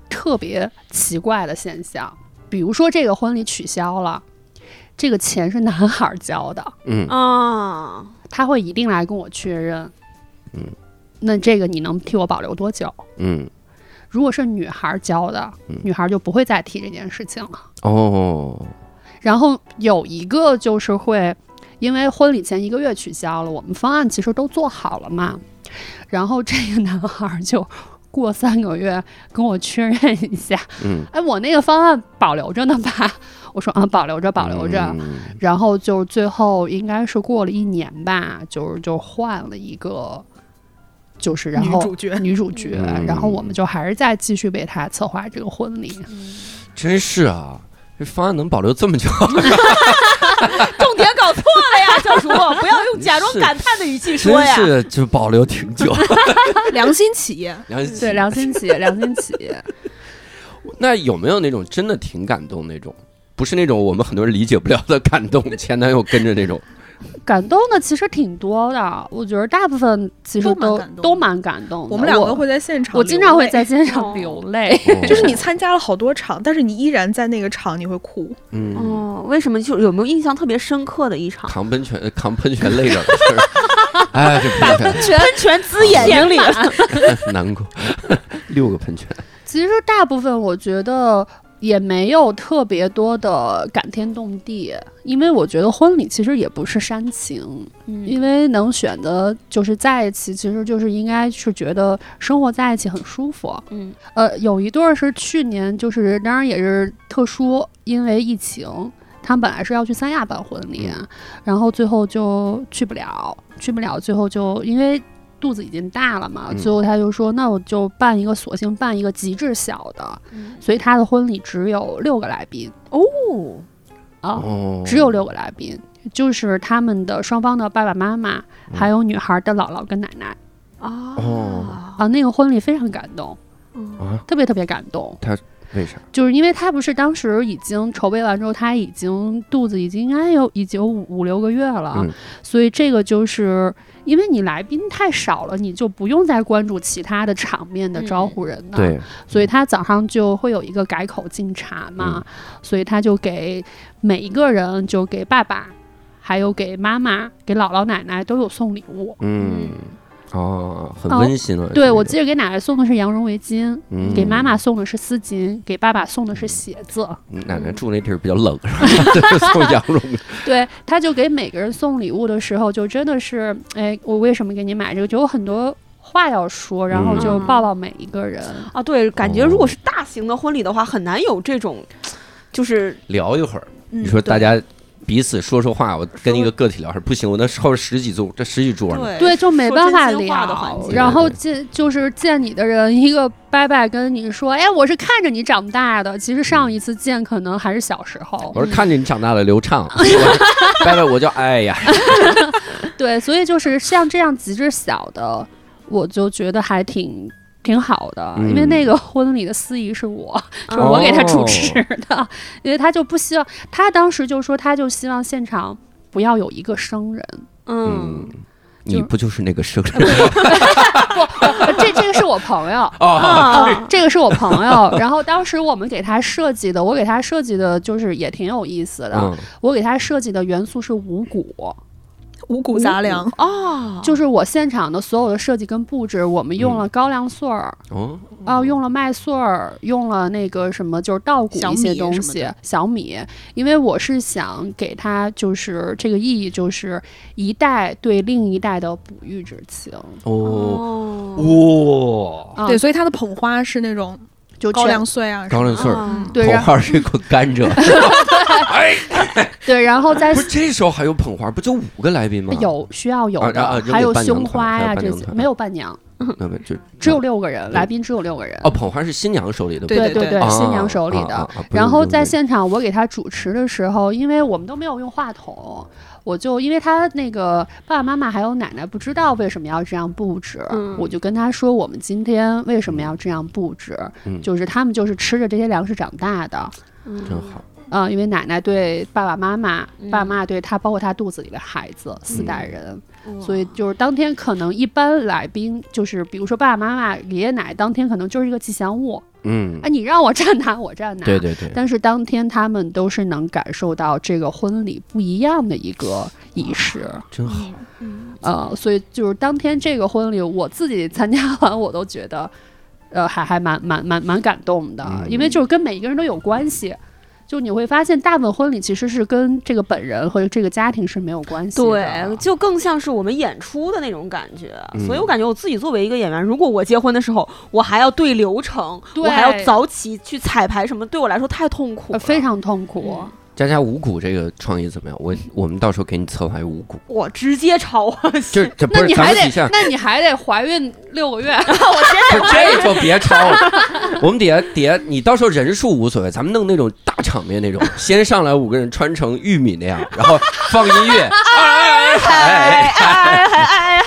特别奇怪的现象，比如说这个婚礼取消了，这个钱是男孩儿交的，
嗯，
啊，
他会一定来跟我确认，
嗯，
那这个你能替我保留多久？
嗯，
如果是女孩儿教的
嗯，
女孩儿就不会再提这件事情了。
哦，
然后有一个就是会，因为婚礼前一个月取消了，我们方案其实都做好了嘛，然后这个男孩儿就过三个月跟我确认一下，
嗯，
哎，我那个方案保留着呢吧？我说啊，保留着，保留着。
嗯
然后就是最后应该是过了一年吧，就是就换了一个，就是然
女
后
主角
女主角，
嗯
然后我们就还是再继续为她策划这个婚礼。
真是啊，这方案能保留这么久，
重点搞错了呀，小叔，不要用假装
是
感叹的语气说
真
呀。
是就保留挺久。
良心企 业，
梁心
对，
琪
良心 企业，良心企业，
那有没有那种真的挺感动那种？不是那种我们很多人理解不了的感动，前男友跟着那种，
感动的其实挺多的，我觉得大部分其实
都蛮
都
感动的
都蛮感动的。
我们两个
我
会在现场，哦
我经常会在，街上流泪。
就是
哦
你参加了好多场，但是你依然在那个场你会哭，
嗯，
哦，为什么就有没有印象特别深刻的一 场
扛喷泉扛喷泉累着 了，就是哎，这喷泉
喷泉滋眼睛里？
难过，六个喷泉，
其实大部分我觉得也没有特别多的感天动地，因为我觉得婚礼其实也不是煽情，
嗯
因为能选择就是在一起，其实就是应该是觉得生活在一起很舒服。
嗯，
呃，有一对儿是去年，就是当然也是特殊，因为疫情。他们本来是要去三亚办婚礼，
嗯
然后最后就去不了，去不了，最后就因为肚子已经大了嘛，
嗯
最后他就说，那我就办一个，索性办一个极致小的，所以他的婚礼只有六个来宾
哦，
啊，
哦，
只有六个来宾，就是他们的双方的爸爸妈妈，
嗯
还有女孩的姥姥跟奶奶
哦
啊，
啊，那个婚礼非常感动，
啊，
特别特别感动，
为啥？
就是因为他不是当时已经筹备完之后，他已经肚子已经应该有已经有五五六个月了，
嗯
所以这个就是因为你来宾太少了，你就不用再关注其他的场面的招呼人了。，
对，
所以他早上就会有一个改口敬茶嘛，所以他就给每一个人就给爸爸。还有给妈妈、给姥姥奶奶都有送礼物。
嗯，哦，很
哦
温馨了。
对，
是
我记得给奶奶送的是羊绒围巾，
嗯
给妈妈送的是丝巾，给爸爸送的是鞋子。
奶奶住那地儿比较冷，是吧 就送羊绒。
对，他就给每个人送礼物的时候，就真的是，哎，我为什么给你买这个？就有很多话要说，然后就
嗯
抱抱每一个人。
啊，对，感觉如果是大型的婚礼的话，很难有这种，就是
聊一会儿，
嗯
你说大
对
家彼此说说话，我跟一个个体聊会儿不行，我那后边十几桌，这十几桌呢。
对
对，就没
说
办
真
法
心话的环
聊。
节
然
对
后
对
见就是见你的人，一个拜拜跟你说，哎，我是看着你长大的。其实上一次见可能还是小时候。
嗯我是看着你长大的刘 畅，
嗯
我拜拜，我就哎呀，
对，所以就是像这样极致小的，我就觉得还挺。挺好的，因为
嗯哦
那个婚礼的司仪是我，就是我
哦
给他主持的，因为他就不希望，他当时就说他就希望现场不要有一个生人，
嗯，你不就是那个生日
呃 这这个是我朋友，
嗯
哦，
啊，这个是我朋友。然后当时我们给他设计的，我给他设计的就是也挺有意思的。
嗯，
我给他设计的元素是五谷，
五谷杂粮，
哦，
就是我现场的所有的设计跟布置，我们用了高粱穗儿，
哦，
哦、用了麦穗儿，用了那个什么就是稻谷
小
一些
米
东
什么
西
的，
小米。因为我是想给他就是这个意义，就是一代对另一代的哺育之情。
哦，
哦，
哇，
啊
对，所以它的捧花是那种
就
高
全
粱穗啊，
高粱哦穗儿，
嗯
对，
捧
然
花是一捆甘蔗。 哎，
对，然后再
不是这时候还有捧花，不就五个来宾吗？，
有需要有
啊
的，
啊啊
还有
有伴娘
胸
团
花
还有
呀
伴
这
娘
些，
团
没有伴娘，
那么就
只有六个人，
对
来宾只有六个人。
哦，捧花是新娘手里的，
对
对
对
对，新娘手里的。
啊啊啊不
然
用
后
用
在
这个
现场，我给他主持的时候，因为我们都没有用话筒，我就因为他那个爸爸妈妈还有奶奶不知道为什么要这样布置，
嗯
我就跟他说我们今天为什么要这样布置，
嗯
就是他们就是吃着这些粮食长大的，
真好，
啊、因为奶奶对爸爸妈妈，
嗯
爸爸妈妈对他，包括他肚子里的孩子，四代人，
嗯
哇
所以就是当天可能一般来宾就是，比如说爸爸妈妈、爷爷奶奶，当天可能就是一个吉祥物，
嗯
哎，，你让我站哪我站哪，
对对对，
但是当天他们都是能感受到这个婚礼不一样的一个
啊
仪式，
真好，
嗯
呃，所以就是当天这个婚礼，我自己参加完，我都觉得，呃，还还蛮蛮蛮蛮感动的，
嗯
因为就是跟每一个人都有关系。就你会发现，大部分婚礼其实是跟这个本人和这个家庭是没有关系的。
对，就更像是我们演出的那种感觉，
嗯
所以我感觉我自己作为一个演员，如果我结婚的时候，我还要对流程，
对
我还要早起去彩排什么，对我来说太痛
呃
苦了，
非常痛苦。
佳佳五谷这个创意怎么样？我我们到时候给你策划一五谷，
我直接抄，我
这这不
那
是
你
咱
还
们底
得
下，
那你还得怀孕六个月。
不是这就别抄了。我们底下底下，你到时候人数无所谓，咱们弄那种大场面那种，先上来五个人穿成玉米那样，然后放音乐，哎哎哎哎哎哎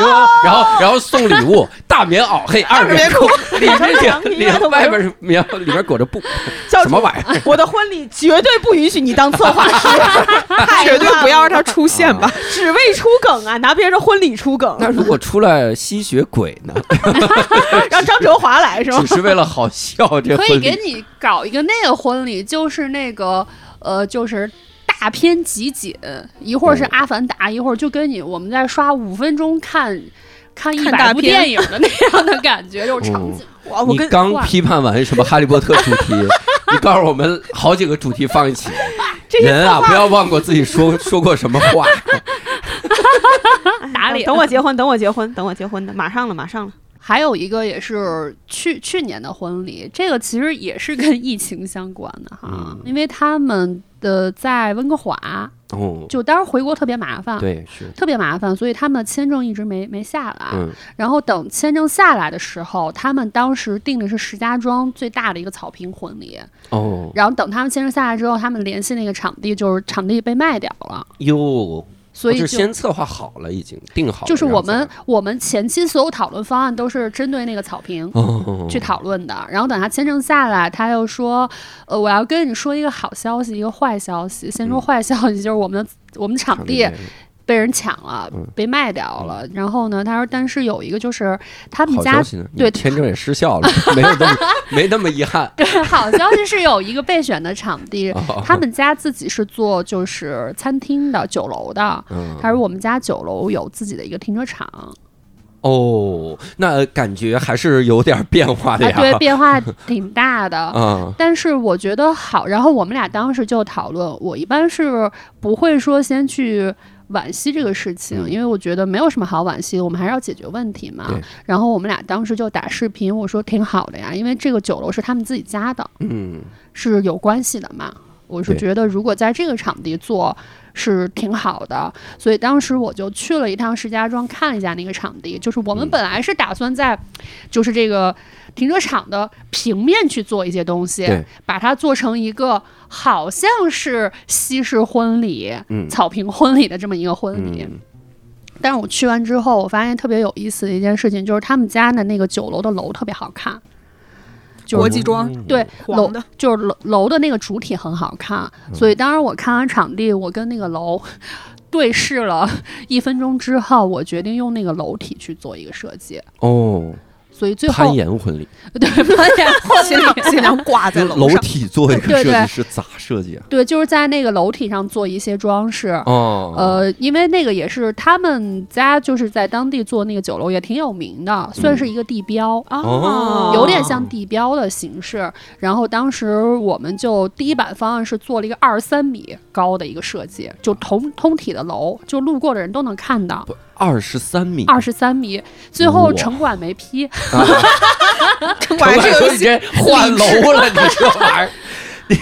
呦，然后然后送礼物，大棉袄，嘿，二棉裤，里面里面外边是棉，里面裹着布，
教
什么玩意儿？
我的婚礼绝对不允许你当策划师，
绝对不要让它出现
啊
吧。
只为出梗啊，拿别人的婚礼出梗，
那如果出来吸血鬼呢？
让张哲华来是吗
只？是为了好笑，这
可以
婚
给
礼
你搞一个那个婚礼，就是那个呃，就是大片集锦，一会儿是
哦
《阿凡达》，一会儿就跟你我们在刷五分钟看。看一
看
百
大
部
片
电影的那样的感觉，这种场景，
我我
哦你
跟
刚批判完什么《 哈利波特》主 题，你告诉我们好几个主题放一起。
这些
人啊，不要忘过自己说说过什么 话。
打脸
等我结婚，等我结婚，等我结婚的，马上了，马上了。
还有一个也是去去年的婚礼，这个其实也是跟疫情相关的哈，
嗯
因为他们的在温哥华，
哦，
就当时回国特别麻烦，
对，是，
特别麻烦，所以他们的签证一直没没下来。
嗯，
然后等签证下来的时候，他们当时定的是石家庄最大的一个草坪婚礼。
哦，
然后等他们签证下来之后，他们联系那个场地，就是场地被卖掉了，
哟，
所以
哦就
就。
是先策划好了，已经定好了，
就是我
然
们
后
我们前期所有讨论方案都是针对那个草坪
再哦，
去讨论的，然后等他签证下来，他又说，呃，我要跟你说一个好消息，一个坏消息。先说
嗯
坏消息，就是我们的我们的场
场
地被人抢了
嗯，
被卖掉了。然后呢，他说，但是有一个就是他们
好
家
消息呢，你
对
签证也失 效了，没有那么没那么遗憾。
对， 好消息是有一个备选的场 地，
哦
他们家自己是做就是餐厅的酒楼的。
嗯
他说我们家酒楼有自己的一个停车场，
哦，那感觉还是有点变化的哎
啊，
呀，
对，变化挺 大的。
啊，
但是我觉得好，然后我们俩当时就讨论，我一般是不会说先去惋惜这个事情，
嗯
因为我觉得没有什么好惋惜，我们还是要解决问题嘛
对。
然后我们俩当时就打视频，我说挺好的呀，因为这个酒楼是他们自己家的，
嗯，
是有关系的嘛。我是
对
觉得如果在这个场地做是挺好的，所以当时我就去了一趟石家庄看了一下那个场地。就是我们
嗯
本来是打算在，就是这个停车场的平面去做一些东西
对，
把它做成一个好像是西式婚礼、
嗯
草坪婚礼的这么一个婚礼。
嗯，
但是我去完之后，我发现特别有意思的一件事情，就是他们家的那个酒楼的楼特别好看，就是
国际
嗯
装
哦
对楼
黄的，
嗯
就是楼楼的那个主体很好看，所以当时我看完场地，我跟那个楼对视了一分钟之后，我决定用那个楼体去做一个设计，
哦，
所以最后
攀岩婚礼，
对攀岩
新
婚
娘
礼
新娘挂在楼
楼
上，
体做一个
对对
设计师咋设计啊？
对，就是在那个楼体上做一些装饰。
哦，
呃，因为那个也是他们家就是在当地做那个酒楼也挺有名的，算
嗯
是一个地标，
哦
有点像地标的形式。然后当时我们就第一版方案是做了一个二十三米高的一个设计，就通通体的楼，就路过的人都能看到。
二十三米，
二十三米，最后
哇
城管没批，
啊我
城管
还
这
说
个
你这换楼了，你这玩意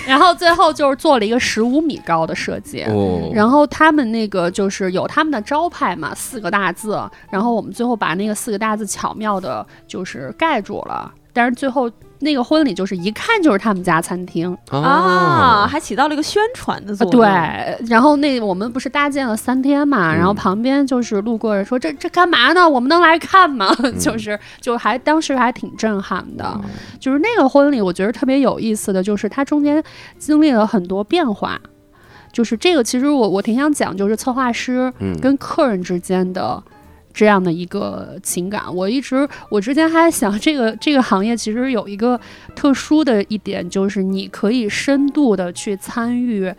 然后最后就是做了一个十五米高的设计。
儿。哦，
然后他们那个就是有他们的招牌嘛，四个大字，然后我们最后把那个四个大字巧妙的就是盖住了，但是最后那个婚礼就是一看就是他们家餐厅，
啊
啊，，还起到了一个宣传的
啊
作用。
对，然后那我们不是搭建了三天嘛，然后
嗯
旁边就是路过人说这这干嘛呢？我们能来看吗？ 就是就还当时还挺震撼的，就是那个婚礼，我觉得特别有意思的就是它中间经历了很多变化。就是这个，其实我我挺想讲，就是策划师
嗯，
跟客人之间的这样的一个情感。我一直我之前还想，这个这个行业其实有一个特殊的一点，就是你可以深度的去参与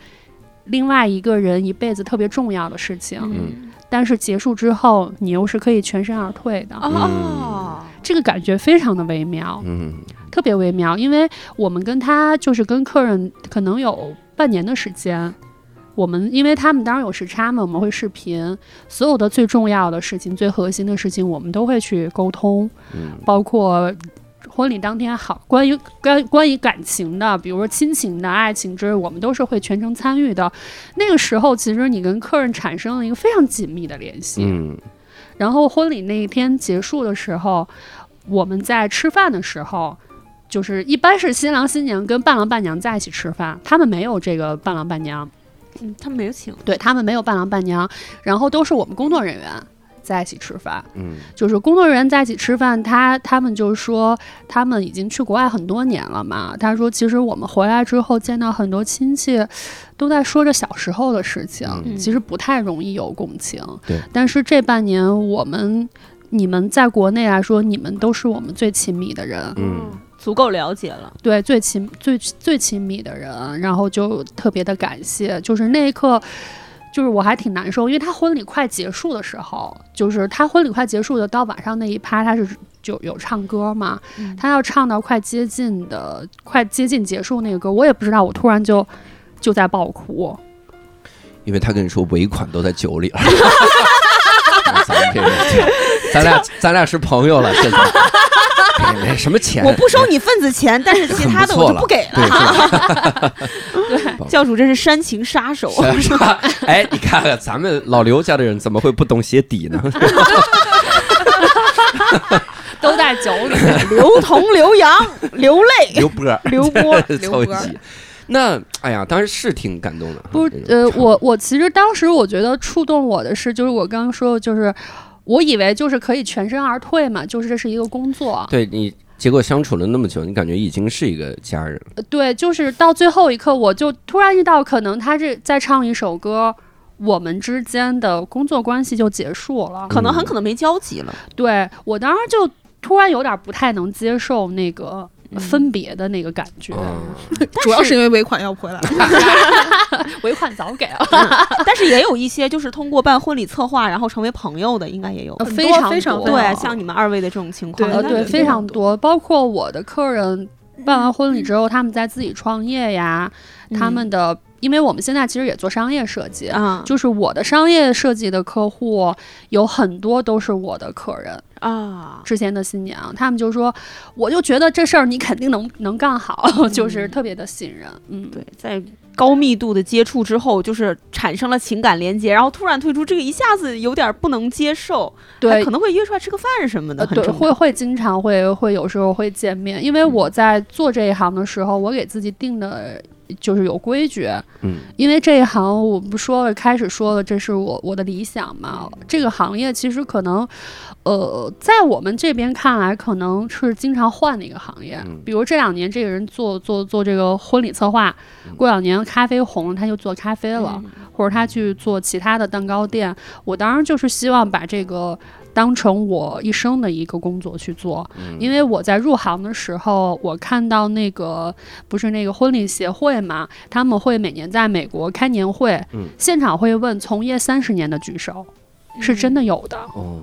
另外一个人一辈子特别重要的事情，
嗯
但是结束之后你又是可以全身而退的，
哦，
这个感觉非常的微妙，
嗯
特别微妙，因为我们跟他就是跟客人可能有半年的时间。我们因为他们当然有时差嘛，我们会视频，所有的最重要的事情、最核心的事情，我们都会去沟通。
嗯
包括婚礼当天好，关于关关于感情的，比如说亲情的、爱情之，我们都是会全程参与的。那个时候，其实你跟客人产生了一个非常紧密的联系。
嗯，
然后婚礼那一天结束的时候，我们在吃饭的时候。就是一般是新郎新娘跟伴郎伴娘在一起吃饭，他们没有这个伴郎伴娘，
嗯他们没有请，
对他们没有伴郎伴娘，然后都是我们工作人员在一起吃饭。
嗯
就是工作人员在一起吃饭，他他们就说他们已经去国外很多年了嘛。他说，其实我们回来之后见到很多亲戚，都在说着小时候的事情，
嗯
其实不太容易有共情。
对，
但是这半年我们。你们在国内来说，你们都是我们最亲密的人，
嗯
足够了解了。
对最亲最最亲密的人，然后就特别的感谢，就是那一刻，就是我还挺难受，因为他婚礼快结束的时候，就是他婚礼快结束的到晚上那一趴，他是就有唱歌嘛，
嗯
他要唱到快接近的快接近结束那个歌，我也不知道，我突然就就在爆哭，
因为他跟你说尾款都在酒里了。咱们这个咱俩咱俩是朋友了，现在 哎没什么钱，
我不收你份子钱，但是其他的我就不给
对，
了。
对
教主真是煽情杀手，啊
是吧？哎，你看看咱们老刘家的人怎么会不懂鞋底呢？
都在酒里。
刘同、刘洋、刘
哎
泪、
刘波儿
刘波、
凑
刘
一
波，
起。那哎呀，当然是挺感动
啊
的哈。
不是
这，种
呃，
场
我
景
我其实当时我觉得触动我的是，就是我刚刚说的，就是我以为就是可以全身而退嘛，就是这是一个工作，
对你，结果相处了那么久，你感觉已经是一个家人了。
呃对，就是到最后一刻，我就突然意识到，可能他这再唱一首歌。我们之间的工作关系就结束了，
可能很可能没交集了。
对我当时就突然有点不太能接受那个
嗯
分别的那个感觉，
啊
嗯，
主要是因为尾款要不回来，
尾款早给了，
但是也有一些就是通过办婚礼策划然后成为朋友的，应该也有。
呃
多
常
非常
多
非常
对，像你们二位的这种情况，
对
呃，
应该
对，
也
非
有
常多，包括我的客人
嗯
办完婚礼之后，他们在自己创业呀，他们的，因为我们现在其实也做商业设计，
嗯啊
就是我的商业设计的客户有很多都是我的客人，
啊，
之前的新娘，他们就说，我就觉得这事儿你肯定能能干好， 就是特别的信任，嗯，
对，在高密度的接触之后，就是产生了情感连接，然后突然退出这个，一下子有点不能接受，还
对
可。能会约出来吃个饭什么的，
呃，
很嗯
对，
正常
会会经常会会有时候会见面，因为我在做这一行的时候，我给自己定的就是有规矩，
嗯，
因为这一行我不说了，开始说了，这是我我的理想嘛。这个行业其实可能，呃，在我们这边看来，可能是经常换的一个行业。
嗯
比如这两年这个人做做做这个婚礼策划，过两年咖啡红了，他就做咖啡了，
嗯
或者他去做其他的蛋糕店，我当然就是希望把这个当成我一生的一个工作去做。
嗯
因为我在入行的时候，我看到那个不是那个婚礼协会嘛，他们会每年在美国开年会，
嗯
现场会问从业三十年的举手，
嗯
是真的有的。
哦，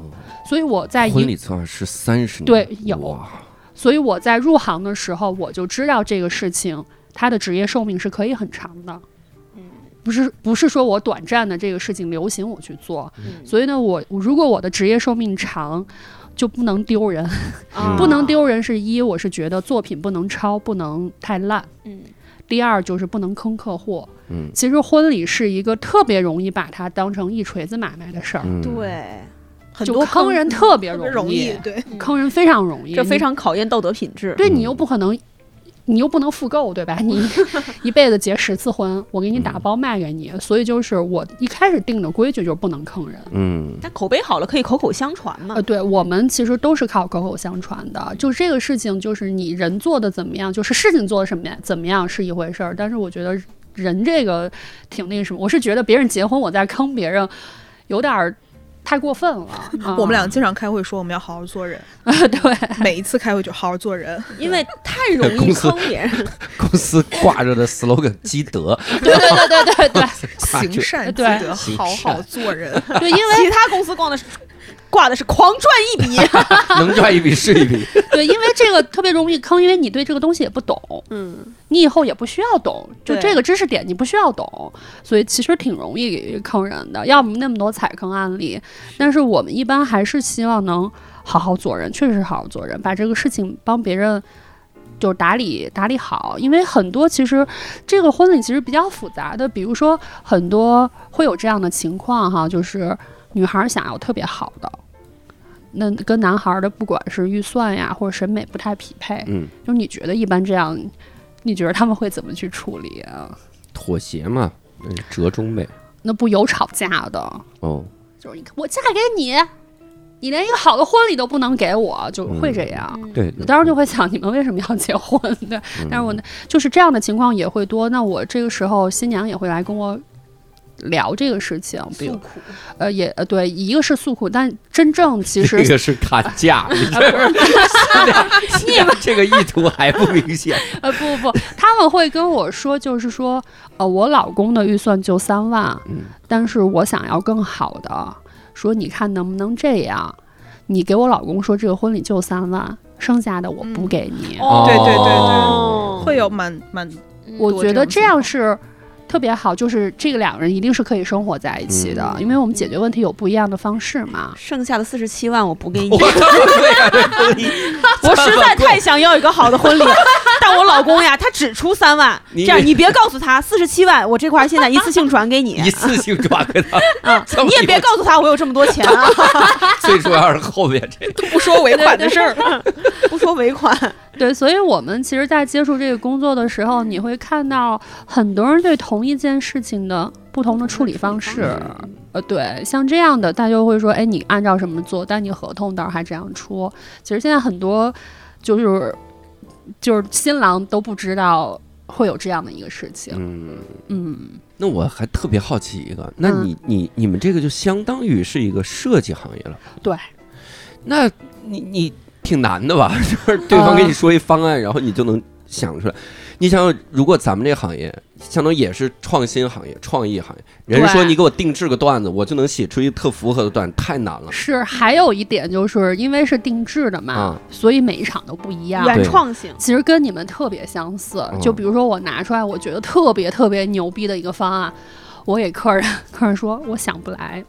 所以我在
婚
一，
礼策划师三十年，
对有
哇
所以我在入行的时候，我就知道这个事情，它的职业寿命是可以很长的。不是不是说我短暂的这个事情流行我去做，
嗯
所以呢，我我如果我的职业寿命长，就不能丢人，
啊
嗯
不能丢人是一，我是觉得作品不能抄，不能太烂。
嗯，
第二就是不能坑客户。
嗯
其实婚礼是一个特别容易把它当成一锤子买卖的事儿，
嗯，
对，
很
就
多
坑人特别
特别
容
容易，对，
坑人非常容易，
这非
你
常考验道德品质。
对你
嗯
又不可能，你又不能复购，对吧？你一辈子结十次婚，我给你打
嗯
包卖给你，所以就是我一开始定的规矩就是不能坑人。
嗯
但口碑好了，可以口口相传嘛
嗯
呃，。对我们其实都是靠口口相传的，就这个事情，就是你人做的怎么样，就是事情做的什么样怎么样是一回事儿，但是我觉得人这个挺那什么，我是觉得别人结婚我在坑别人，有点儿太过分了。 啊
我们俩经常开会说我们要好好做人，
对，
每一次开会就好好做
啊
人，
因为太容易
公司
坑别 人，
公司挂着的 slogan 积 德，啊
对对对对对对
挂着
行善积
对
德，
行
好好
善
做人。
对，因为
其他公司逛的是挂的是狂赚一笔。
能赚一笔是一笔。
对，因为这个特别容易坑，因为你对这个东西也不懂，
嗯，
你以后也不需要懂，就
对
这个知识点你不需要懂，所以其实挺容易坑人的。要么那么多踩坑案例，但是我们一般还是希望能好好做人，确实是好好做人，把这个事情帮别人。就是打理打理好，因为很多其实这个婚礼其实比较复杂的，比如说很多会有这样的情况哈，就是女孩儿想要特别好的，那跟男孩儿的不管是预算呀或者审美不太匹配，
嗯，
就你觉得一般这样，你觉得他们会怎么去处理啊？
妥协嘛，嗯折中呗。
那不有吵架的，
哦，
就是你我嫁给你，你连一个好的婚礼都不能给我，就会这样。
嗯
对，嗯
我嗯当时就会想，你们为什么要结婚？对，但是我呢，就是这样的情况也会多。那我这个时候新娘也会来跟我聊这个事情，比如
苦，
呃，也呃对，一个是诉苦，但真正其 实
这个是砍 价，你这
啊
是你们这个意图还不明显。
呃，不不不，他们会跟我说，就是说，呃，我老公的预算就三万，
嗯
但是我想要更好的，说你看能不能这样？你给我老公说这个婚礼就三万，剩下的我不
嗯
给你。
哦
对对对
哦
会有蛮蛮
我
多
觉
这
得
种
这
情
样
况
是特别好，就是这个两个人一定是可以生活在一起的，
嗯
因为我们解决问题有不一样的方式嘛。
剩下的四十七万我不给你
我，他妈对啊，这婚礼
我实在太想要一个好的婚礼， 但我老公呀，他只出三万，这
你
样你别告诉他四十七万，我这块儿现在一次性转 给你
一次性转给他，
啊
这么，
你也别告诉他我有这么多钱啊，
最主要是后面这个。
不说尾款的事儿，
不说尾款，
对，所以我们其实，在接触这个工作的时候，你会看到很多人对同一件事情的不同的处理方式。呃，对，像这样的，他就会说，哎，你按照什么做，但你合同到时候还这样出。其实现在很多就是就是新郎都不知道会有这样的一个事情。
嗯，
嗯，
那我还特别好奇一个，那
嗯
你你你们这个就相当于是一个设计行业了。
对，
那你你挺难的 吧？就是对方给你说一方
嗯
案，然后你就能想出来。你想想，如果咱们这行业，相当于也是创新行业、创意行业，人家
对
说你给我定制个段子，我就能写出一个特符合的段子，太难了。
是。还有一点就是因为是定制的嘛，
啊
所以每一场都不一样。
对
原创性，
其实跟你们特别相似。
嗯
就比如说我拿出来，我觉得特别特别牛逼的一个方案，我给客人客人说，我想不来，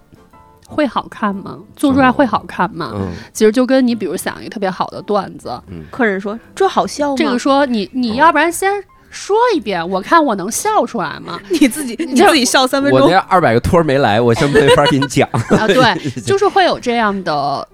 会好看吗？做出来会好看吗？
嗯，
其实就跟你比如想一个特别好的段子，
客人说这好笑吗？
这个说你
嗯
你要不然先。说一遍，我看我能笑出来吗？
你自 己你
这
自己笑三分
我
钟
那，二百个托儿没来，我先没法给你 讲。
啊，对，就是会有这样的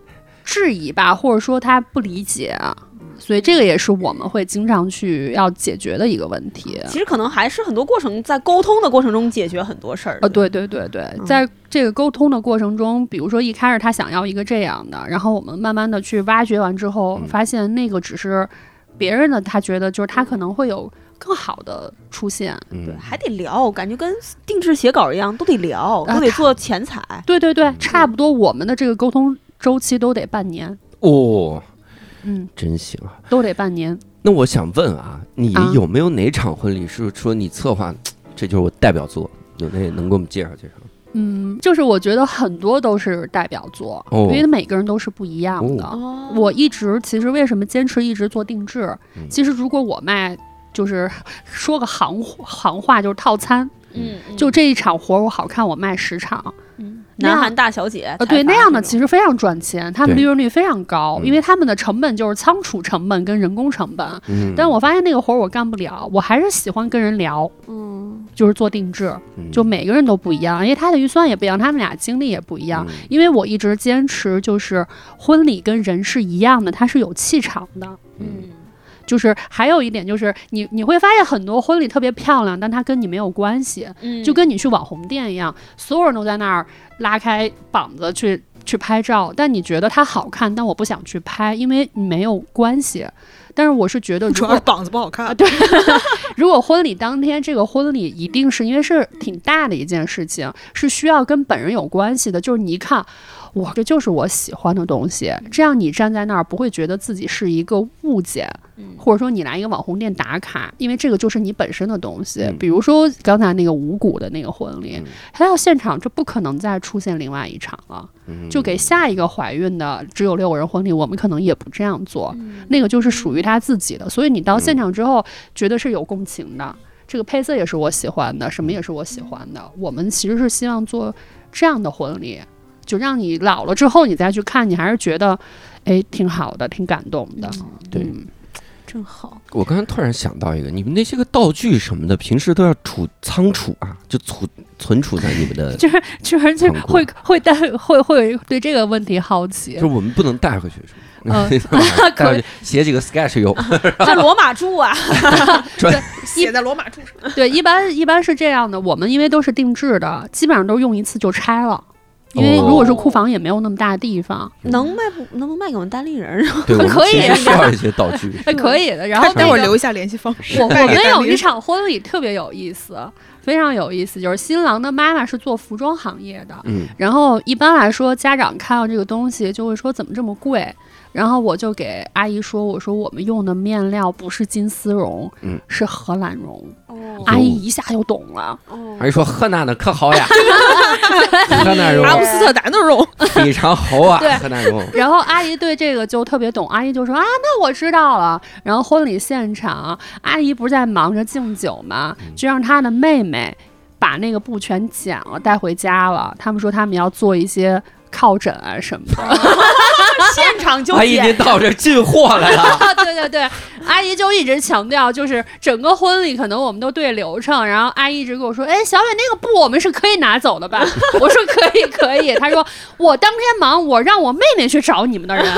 质疑吧，或者说他不理解啊，所以这个也是我们会经常去要解决的一个问题。
其实可能还是很多过程在沟通的过程中解决很多事儿
啊，，对对对对，在这个沟通的过程中，比如说一开始他想要一个这样的，然后我们慢慢的去挖掘完之后
嗯，
发现那个只是别人的，他觉得就是他可能会有更好的出现。
嗯，
还得聊，感觉跟定制写稿一样，都得聊，
啊
都得
他
做前采。
对对对，差不多我们的这个沟通周期都得半年，
哦，
嗯，
真行啊！
都得半年。
那我想问啊，你
啊
有没有哪场婚礼是说你策划，这就是我代表作？有那能给我们介绍介绍？
嗯，就是我觉得很多都是代表作，
哦
因为每个人都是不一样的。
哦
我一直其实为什么坚持一直做定制？
嗯
其实如果我卖，就是 说个行行话，就是套餐，
嗯
就这一场活儿我好看，我卖十场。那
南韩大小姐，
呃，对，那样的其
实
实非常赚钱，他们利
对
润率非常高，
嗯
因为他们的成本就是仓储成本跟人工成本。
嗯，
但我发现那个活儿我干不了，我还是喜欢跟人聊，
嗯
就是做定制，
嗯
就每个人都不一样，因为他的预算也不一样，他们俩经历也不一样。
嗯
因为我一直坚持，就是婚礼跟人是一样的，它是有气场的。
嗯
就是还有一点就是你你会发现很多婚礼特别漂亮，但它跟你没有关系，
嗯
就跟你去网红店一样，所有人都在那儿拉开膀子去去拍照，但你觉得它好看，但我不想去拍，因为没有关系。但是我是觉得，
主
如
要
果
是膀子不好看。
如果婚礼当天这个婚礼一定是因为是挺大的一件事情，是需要跟本人有关系的，就是你一看，我这就是我喜欢的东西，这样你站在那儿不会觉得自己是一个物件，
嗯
或者说你来一个网红店打卡，因为这个就是你本身的东西。
嗯
比如说刚才那个五谷的那个婚礼
嗯，
他到现场就不可能再出现另外一场了。
嗯
就给下一个怀孕的只有六个人婚礼，我们可能也不这样做，
嗯
嗯
那个就是属于他自己的。所以你到现场之后，觉得是有共情的，这个配色也是我喜欢的，什么也是我喜
嗯
欢的。我们其实是希望做这样的婚礼，就让你老了之后你再去看，你还是觉得，哎，挺好的，挺感动的。
对
嗯
真好，
我刚才突然想到一个，你们那些个道具什么的，平时都要储仓储啊，就储存储在你们的，
就是就是就
很酷
会会带会会对这个问题好奇
就，是我们不能带回去 是吗？
嗯
带回去写几个 sketch 有，
那罗马柱啊，
写在罗马柱上，
对，一般一般是这样的，我们因为都是定制的，基本上都用一次就拆了。因为
哦
如果是库房也没有那么大地方，
能卖不能不能卖给我们单立人儿？
对，我们
可以
其实需要一些道具。
那哎可以的。然后那
待会
会
儿
儿
留一下联系方式。
我我
带给
们
丹
有
尼
一场婚礼特别有意思，非常有意思，就是新郎的妈妈是做服装行业的，
嗯，
然后一般来说家长看到这个东西就会说怎么这么贵。然后我就给阿姨说：“我说我们用的面料不是金丝绒，
嗯
是荷兰绒。”
哦
阿姨一下就懂了。
还说河南的可好 呀，河南
阿姆
肉
斯特丹的肉，
非常好啊，
啊对
河南肉。
然后阿姨对这个就特别懂，阿姨就说啊，那我知道了。然后婚礼现场，阿姨不是在忙着敬酒吗？就让她的妹妹把那个布全剪了带回家了。他们说他们要做一些靠枕啊什么的。
现场就
阿姨，
剪
您到这儿进货来 了。
啊，对对对，阿姨就一直强调，就是整个婚礼可能我们都对流程。然后阿姨一直跟我说，哎，小美那个布我们是可以拿走的吧？ 我说可以可以。她说我当天忙，我让我妹妹去找你们的人。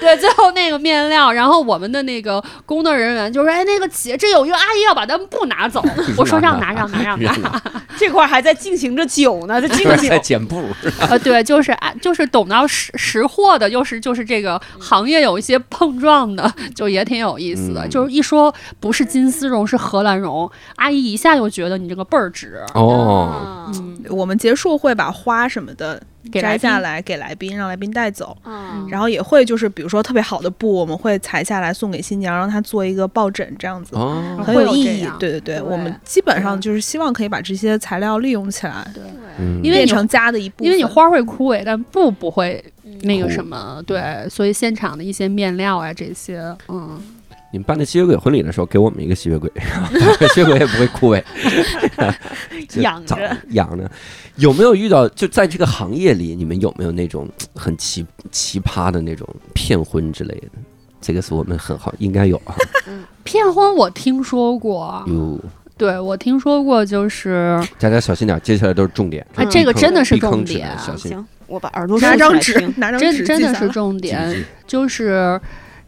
对，最后那个面料，然后我们的那个工作人员就说：“哎，那个姐，这有一个阿姨要把咱们布拿走。
你”
我说：“让
拿
拿，让拿，让拿。
让拿，
这块儿还在进行着酒呢，在进
这
酒
在。剪布。”
呃，对，就是啊，就是懂到识识货的，又是就是这个行业有一些碰撞的， 就也挺有意思的。
嗯
就是一说不是金丝绒，是荷兰绒，阿姨一下就觉得你这个倍儿值。
哦，
嗯，
我们结束会把花什么的
给
摘
来
下来给来宾，让来宾带走。
嗯
然后也会就是比如说特别好的布，我们会裁下来送给新娘，让她做一个抱枕这样子，
嗯
哦，
很有
会有
意
这
义
样。
对对对，嗯
对
我们基本上
对
就是希望可以把这些材料利用起来，
嗯
因为
变
你
成家的一部分。嗯
因为你花会枯萎，但布不会
嗯
那个
枯
什么，对，所以现场的一些面料啊这些，嗯，
你们办那吸血鬼婚礼的时候，给我们一个吸血鬼， 吸血鬼也不会枯 萎，就
养
早
着
养着。有没有遇到就在这个行业里，你们有没有那种很奇奇葩的那种骗婚之类的？这个是我们很好，应该有啊。
骗婚我听说过，
哟，
对我听说过，就是
大家小心点，接下来都是重点。
啊
避
这个
坑
真的是
避坑
重
指
点
南小心。
行，我把耳朵
拿
竖起
张
来
纸
听，
拿张纸
真
记
真的
下
是
来
重
谨
点
记，
就是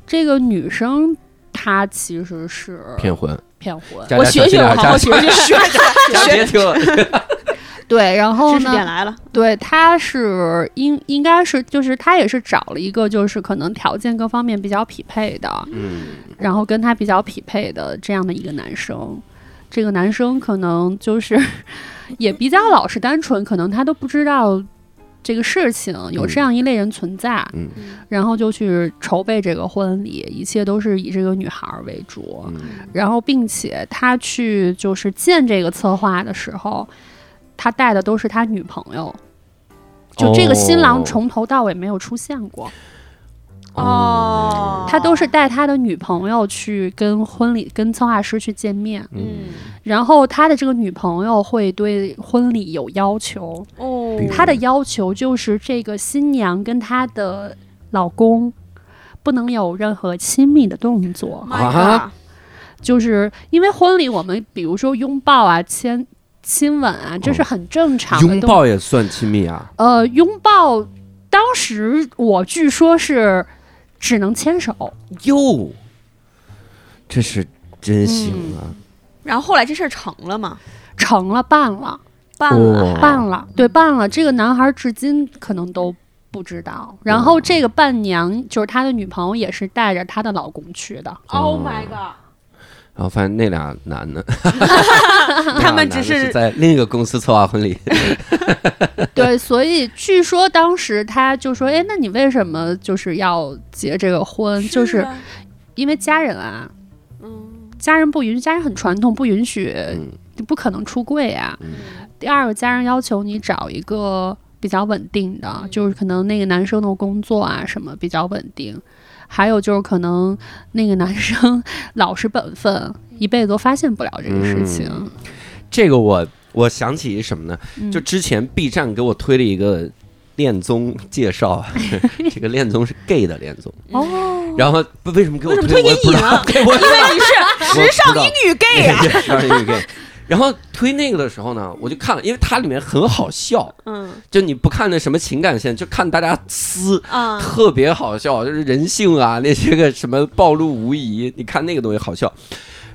这个女生她其实是
骗婚，
骗婚，
大家小心点，
我学学我好好
嗯学学，别听了。
对，然后
知识
呢，
点来了，
对，他是应应该是就是他也是找了一个就是可能条件各方面比较匹配的，
嗯，
然后跟他比较匹配的这样的一个男生。这个男生可能就是 也比较老实单纯，可能他都不知道这个事情有这样一类人存在，
嗯
然后就去筹备这个婚礼，一切都是以这个女孩儿为主。
嗯
然后，并且他去就是见这个策划的时候，他带的都是他女朋友，就这个新郎
哦
从头到尾没有出现过。
哦，
他都是带他的女朋友去跟婚礼跟策划师去见面，
嗯，
然后他的这个女朋友会对婚礼有要求，
哦
比如
他的要求就是这个新娘跟她的老公不能有任何亲密的动
，Oh
作，
啊
就是因为婚礼我们比如说拥抱啊、亲亲吻啊，这是很正常的
拥
动作。
抱也算亲密啊，
呃，拥抱，当时我据说是只能牵手。
哟，这是真行啊！
然后后来这事儿成了嘛？
成了，办了，
办了
哦
还，
办了，对，办了。这个男孩至今可能都不知道。然后这个伴娘就是他的女朋友，也是带着她的老公去 的。
Oh
my god！
然后发现那俩男的，
他们只
那俩男的是
是
在另一个公司策划婚礼，
对，所以据说当时他就说：“哎，那你为什么就是要结这个婚？就是
啊
因为家人啊，
嗯，
家人不允许，家人很传统，不允许，
嗯
你不可能出柜啊。
嗯
第二个，家人要求你找一个比较稳定的，
嗯
就是可能那个男生的工作啊什么比较稳定，还有就是可能那个男生 老实本分，一辈子都发现不了这个事情。
这个我我想起什么呢？
嗯
就之前 B 站给我推了一个恋综介绍 啊，这个恋综是 gay 的恋综哦。然后不为什么给我
为什么
推？
推
我
给
也不
你啊
知 道，对我也不知道
你是
我
时尚
不知道
英语 gay 啊？
对时尚英语 gay。然后推那个的时候呢，我就看了，因为它里面很好笑，
嗯
就你不看那什么情感线，就看大家撕，
啊，
特别好笑，就是人性啊那些个什么暴露无遗，你看那个东西好笑。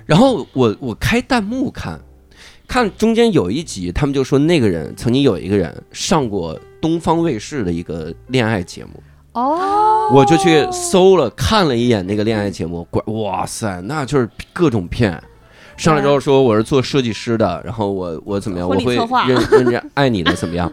然后我我开弹幕看，看中间有一集，他们就说那个人曾经有一个人上过东方卫视的一个恋爱节目，
哦，
我就去搜了看了一眼那个恋爱节目，果哇塞，那就是各种骗。上来之后说我是做设计师的，然后我我怎么样，我
婚礼
会
策划
认认真爱你的怎 么样？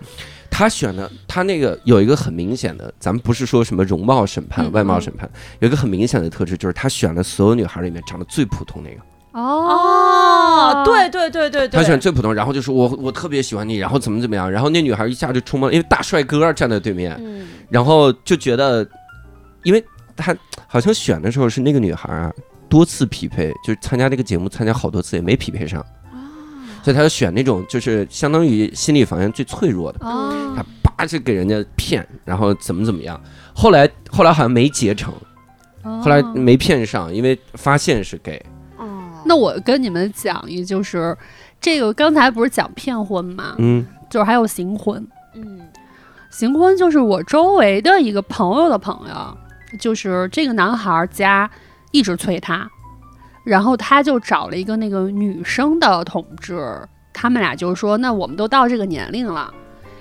他选的他那个有一个很明显的，咱们不是说什么容貌审判、
嗯
外貌审判，有一个很明显的特质就是他选了所有女孩里面长得最普通那个，
哦，
对对对对对，
他选最普通，然后就说我我特别喜欢你，然后怎么怎么样，然后那女孩一下就冲了，因为大帅哥站在对面，
嗯
然后就觉得，因为他好像选的时候是那个女孩啊，多次匹配，就是参加这个节目参加好多次也没匹配上，所以他就选那种就是相当于心理防线最脆弱的，
哦
他叭就给人家骗，然后怎么怎么样，后来后来好像没结成，后来
哦
没骗上，因为发现是 gay，
哦，
那我跟你们讲一，就是这个刚才不是讲骗婚嘛，
嗯
就是还有行婚。
嗯
行婚就是我周围的一个朋友的朋友，就是这个男孩家一直催他，然后他就找了一个那个女生的同志，他们俩就说：“那我们都到这个年龄了，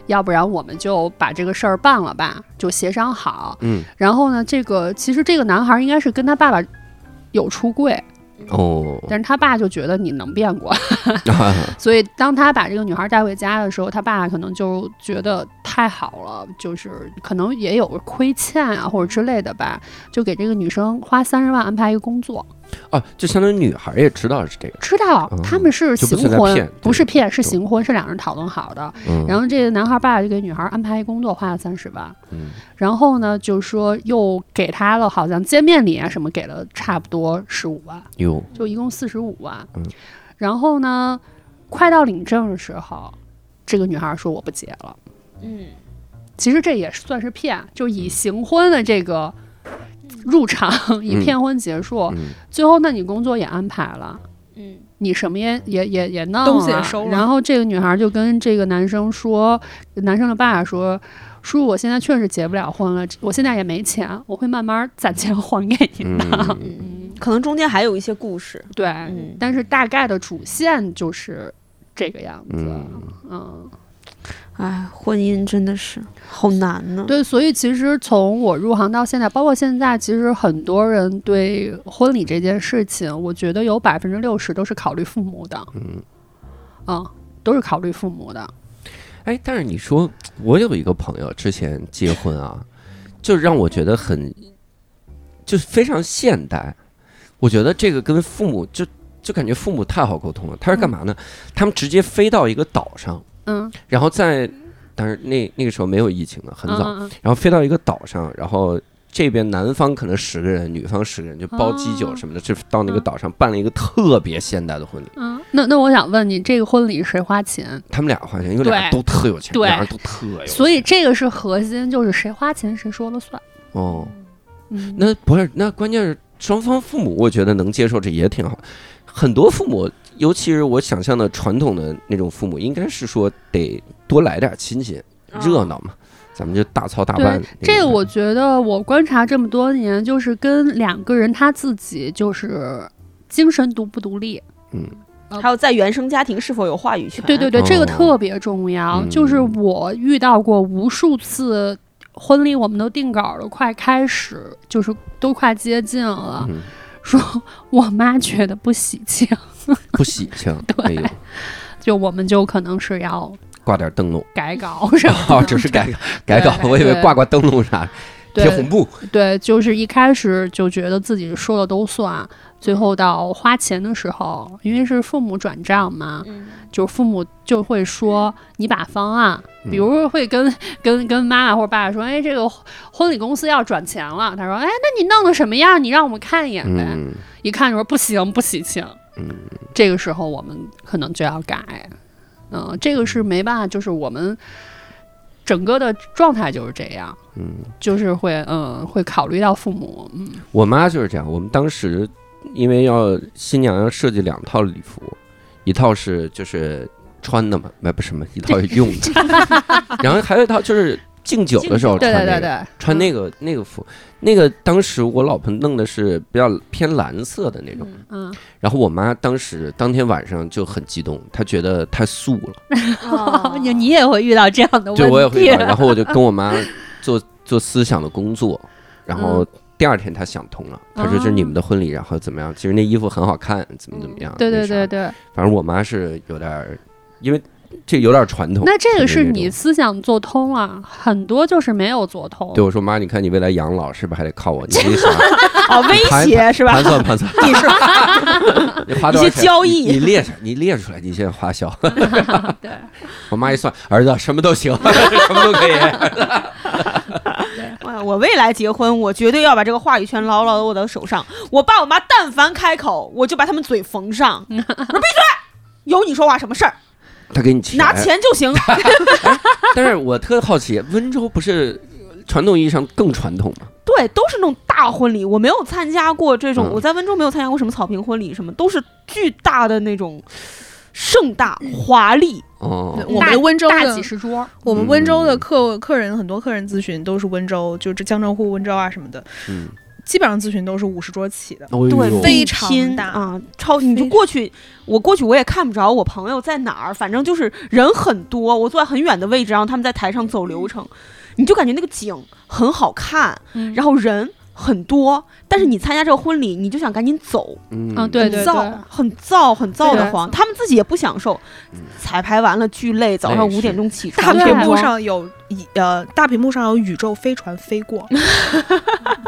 要不然我们就把这个事儿办了吧，就协商好。
嗯”
然后呢，这个其实这个男孩应该是跟他爸爸有出柜，
哦，
但是他爸就觉得你能 变过， 所以当他把这个女孩带回家的时候，他爸可能就觉得太好了，就是可能也有个亏欠啊或者之类的吧，就给这个女生花三十万安排一个工作。
哦，就相当于女孩也知道是这个，
知道
哦
他们是
就不
行
存在
婚，
骗
不是
对
骗，是行婚，是两人讨论好的。
嗯，
然后这个男孩爸爸就给女孩安排一工作，花了三十万。
嗯
然后呢，就说又给他了，好像见面礼啊什么给了差不多十五万。
有
就一共四十五万。
嗯
然后呢，快到领证的时候，这个女孩说我不结了。
嗯
其实这也算是骗，就
嗯
以行婚的这个入场，以骗婚结束。
嗯
最后，那你工作也安排了。
嗯
你什么也也也也弄
东西也收了
然后这个女孩就跟这个男生说，男生的爸爸说：“叔，我现在确实结不了婚了，我现在也没钱，我会慢慢攒钱还给你 的。
嗯
嗯，可能中间还有一些故事，
对，
嗯
但是大概的主线就是这个样子。
嗯
嗯，
哎，婚姻真的是好难呢。
对，所以其实从我入行到现在，包括现在，其实很多人对婚礼这件事情，我觉得有百分之六十都是考虑父母的，
嗯，
嗯，都是考虑父母的。
哎，但是你说，我有一个朋友之前结婚啊，就让我觉得很，就是非常现代。我觉得这个跟父母就就感觉父母太好沟通了。他是干嘛呢？他们直接飞到一个岛上，
嗯，
然后在，当然那那个时候没有疫情呢，很早，
嗯嗯嗯
然后飞到一个岛上，然后。这边男方可能十个人，女方十个人，就包基
哦
酒什么的，就到那个岛上办了一个特别现代的婚礼。
嗯，那那我想问你，这个婚礼谁花钱？
他们俩好像因为俩人
对
都特有钱，
对
俩人都特有钱，
所以这个是核心，就是谁花钱谁说了算。
哦，
嗯，
那不是，那关键是双方父母，我觉得能接受这也挺好。很多父母，尤其是我想象的传统的那种父母，应该是说得多来点亲戚，热闹嘛。咱们就大操大办
哦对。，这个
个
我觉得我观察这么多年，就是跟两个人他自己就是精神独不独立。
还有在原生家庭是否有话语权？
对对对，这
哦
个特别重要。
嗯
就是我遇到过无数次婚礼，我们都定稿了，快开始，就是都快接近了，
嗯
说我妈觉得不喜庆，
不喜 庆，哎呦，
就我们就可能是要
挂点灯笼，
改稿什么
哦，
的。
只是改改稿，
对
我以为
对
挂挂灯笼啥，贴
对
红布。
对，就是一开始就觉得自己说了都算，最后到花钱的时候，因为是父母转账嘛，
嗯，
就是父母就会说你把方案，
嗯
比如说会跟 跟跟妈妈或者爸爸说，哎，这个婚礼公司要转钱了，他说，哎，那你弄的什么样？你让我们看一眼呗。
嗯
一看就说不行，不喜庆。
嗯，
这个时候我们可能就要改。嗯、这个是没办法，就是我们整个的状态就是这样。
嗯，
就是会嗯会考虑到父母，嗯
我妈就是这样。我们当时因为要新娘要设计两套礼服，一套是就是穿的嘛，哎不不是什么，一套 是用的，然后还有一套就是敬酒的时候
对
穿那
对对嗯
个，
对，
穿那个那个服。那个当时我老婆弄的是比较偏蓝色的那种，
嗯
然后我妈当时当天晚上就很激动，她觉得太素了。
哦
你你也会遇到这样的问题，
对，我也会搞。啊然后我就跟我 妈做做思想的工作，然
嗯
后第二天她想通了，她说这是你们的婚礼，然后怎么样？其实那衣服很好看，怎么怎么样？
嗯对对
那啥
对，对，
反正我妈是有点儿，因为这有点儿传统。
那这个是
种
你思想做通了，很多就是没有做通。
对我说妈，你看你未来养老是不是还得靠我？你自己 想
哦，威
盘
胁是吧？
盘算盘算，
你是
你花多少
一些
钱？
交
你
易
你列上，你列出来，你现在花销。
对
我妈一算，儿子什么都行， 什么都可以。
哎我未来结婚，我绝对要把这个话语权牢牢的握在手上。我爸我妈但凡开口，我就把他们嘴缝上，我说闭嘴，有你说话什么事儿？
她给你钱，
拿钱就行。
但是我特好奇，温州不是传统意义上更传统吗？
对，都是那种大婚礼，我没有参加过这种，
嗯
我在温州没有参加过什么草坪婚礼，什么都是巨大的那种盛大华丽。
哦，
我
大
们温州
大几
的
十桌，
我们温州的
嗯
客客人很多客人咨询都是温州，就这江浙沪温州啊什么的，
嗯，
基本上咨询都是五十桌起的。
哦
对，
呦
非常
拼
大
啊，超你就过去，我过去我也看不着我朋友在哪儿，反正就是人很多，我坐在很远的位置，然后他们在台上走流程，你就感觉那个景很好看，
嗯
然后人很多，但是你参加这个婚礼，你就想赶紧走，
嗯
啊对
很燥，很燥，很燥的慌。他们自己也不享受
嗯，
彩排完了巨累，早上
累
五
是
点钟起
大
床，
对
屏幕上有一呃，大屏幕上有宇宙飞船飞过，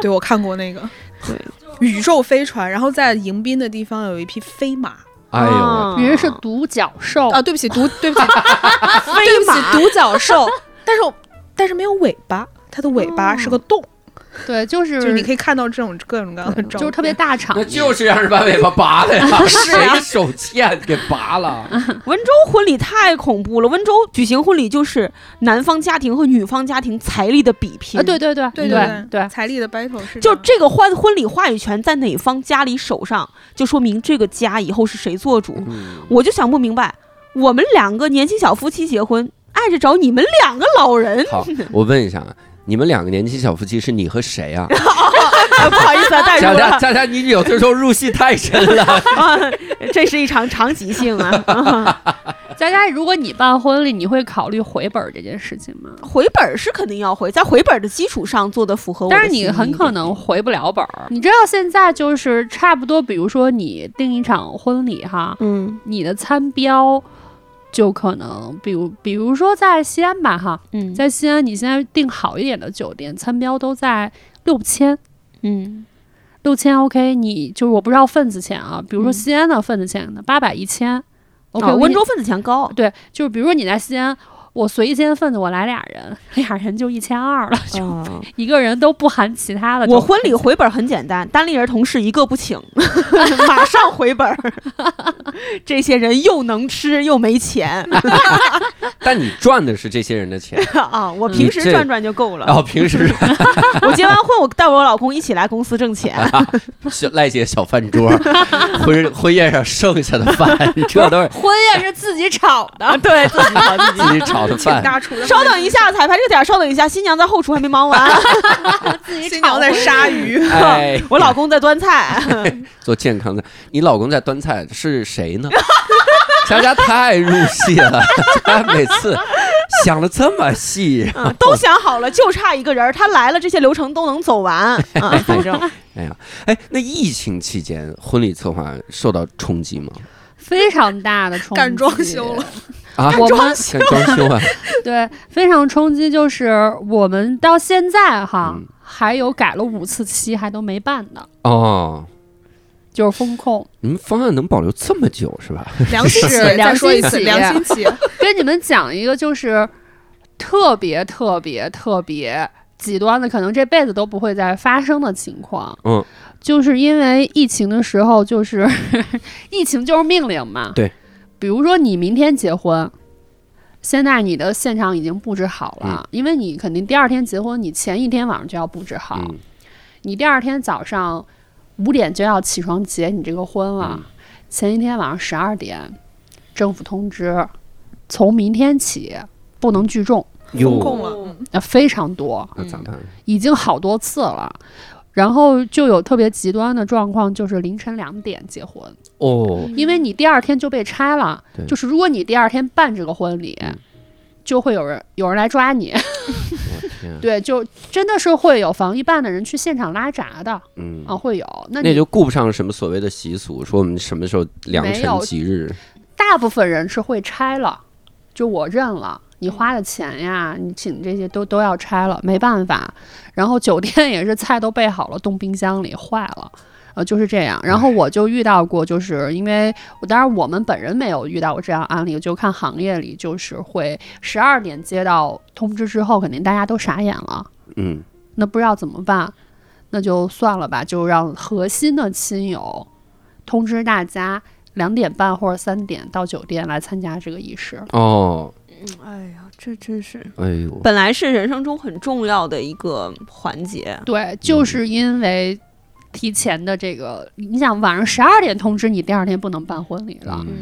对我看过那个，
对，
宇宙飞船，然后在迎宾的地方有一匹飞马
哎呦，
啊
别人是独角兽，
啊，对不起，独对不起，对不
马
起，独角兽，但是我但是没有尾巴，它的尾巴是个洞，
对，就是
就是你可以看到这种各种各样的照片，
嗯就是特别大场
那
面，
就是让人把尾巴拔了 呀，
啊
谁手欠给拔了？
温州婚礼太恐怖了，温州举行婚礼就是男方家庭和女方家庭财力的比拼。
啊，对对对
对
对
对
对，
财力的 battle 是
就
样
这个婚婚礼话语权在哪方家里手上，就说明这个家以后是谁做主。
嗯
我就想不明白，我们两个年轻小夫妻结婚，碍着找你们两个老人。
好，我问一下啊，你们两个年轻小夫妻是你和谁啊？
哎不好意思啊，带入
佳佳
了
佳佳，你 有的时候入戏太深了。
啊，这是一场长即兴啊。
佳佳，如果你办婚礼，你会考虑回本儿这件事情吗？
回本儿是肯定要回，在回本儿的基础上做的符合我的
但是
心意一
你
点。
很可能回不了本儿。
嗯
你知道现在就是差不多，比如说你订一场婚礼哈，
嗯
你的餐标就可能，比如比如说在西安吧哈，
嗯
在西安你现在订好一点的酒店，餐标都在六千。
嗯
六千 OK，你就是我不知道份子钱啊，比如说
嗯
西安的份子钱八百一千，OK，
哦
我给
温
你
州分子钱高，
对，就是比如说你在西安，我随一间份子我来俩人， 俩人就一千二了， 就
哦
一个人都不含其他的。
我婚礼回本儿很简单，单立人同事一个不请， 马上回本儿。 这些人又能吃又没钱
但你赚的是这些人的钱，
啊！我
你
平时
这哦
赚赚就够
然
了。
后平时
我结完婚，我带我老公一起来公司挣钱。
小赖姐小饭 桌，婚婚宴上剩下的饭，这都是
婚宴是自己炒的，啊对，自己炒自己。
自己炒的饭。
大厨的
稍等一下，彩排这个点儿稍等一下，新娘在后厨还没忙完，
新娘在杀鱼，
哎，
我老公在端菜。
做健康的，你老公在端菜是谁呢？ 佳佳太入戏了，佳佳每次想的这么细。
嗯，都想好了，就差一个人儿，他来了，这些流程都能走完。嗯，反 正
哎，那疫情期间婚礼策划受到冲击吗？
非常大的冲击，
干装修了。
啊，
我们
跟装 修啊，
对非常冲击，就是我们到现在哈，
嗯
还有改了五次期还都没办呢，
哦，
就是风控。
你们方案能保留这么久是吧？
良心企
是
业，再
良
说一
心
次，
企业
良心企业，
跟你们讲一个，就是特别特别特别极端的，可能这辈子都不会再发生的情况。
嗯，
就是因为疫情的时候，就是 疫情就是命令嘛。
对，
比如说你明天结婚。现在你的现场已经布置好
嗯
了，因为你肯定第二天结婚，你前一天晚上就要布置好，
嗯
你第二天早上五点就要起床结你这个婚了，
嗯
前一天晚上十二点，政府通知，从明天起不能聚众，
风
哟，
控了，
嗯
呃，非常多，
那咋办？
已经好多次了。然后就有特别极端的状况，就是凌晨两点结婚，
哦，
因为你第二天就被拆了
对。
就是如果你第二天办这个婚礼，
嗯
就会有人有人来抓你。
我天，
对，就真的是会有防疫办的人去现场拉闸的
嗯
啊，会有。那
那
你
就顾不上什么所谓的习俗，说我们什么时候良
没
辰
有
吉日，
大部分人是会拆了，就我认了，你花的钱呀，你请这些都都要拆了，没办法。然后酒店也是菜都备好了，冻冰箱里坏了。呃，就是这样。然后我就遇到过，就是因为我当然我们本人没有遇到过这样案例，就看行业里就是会十二点接到通知之后，肯定大家都傻眼了，
嗯，
那不知道怎么办，那就算了吧，就让核心的亲友通知大家两点半或者三点到酒店来参加这个仪式。
哦，
哎呀，这真是
哎呦，
本来是人生中很重要的一个环节。
对，就是因为提前的这个，你想晚上十二点通知你第二天不能办婚礼了，
嗯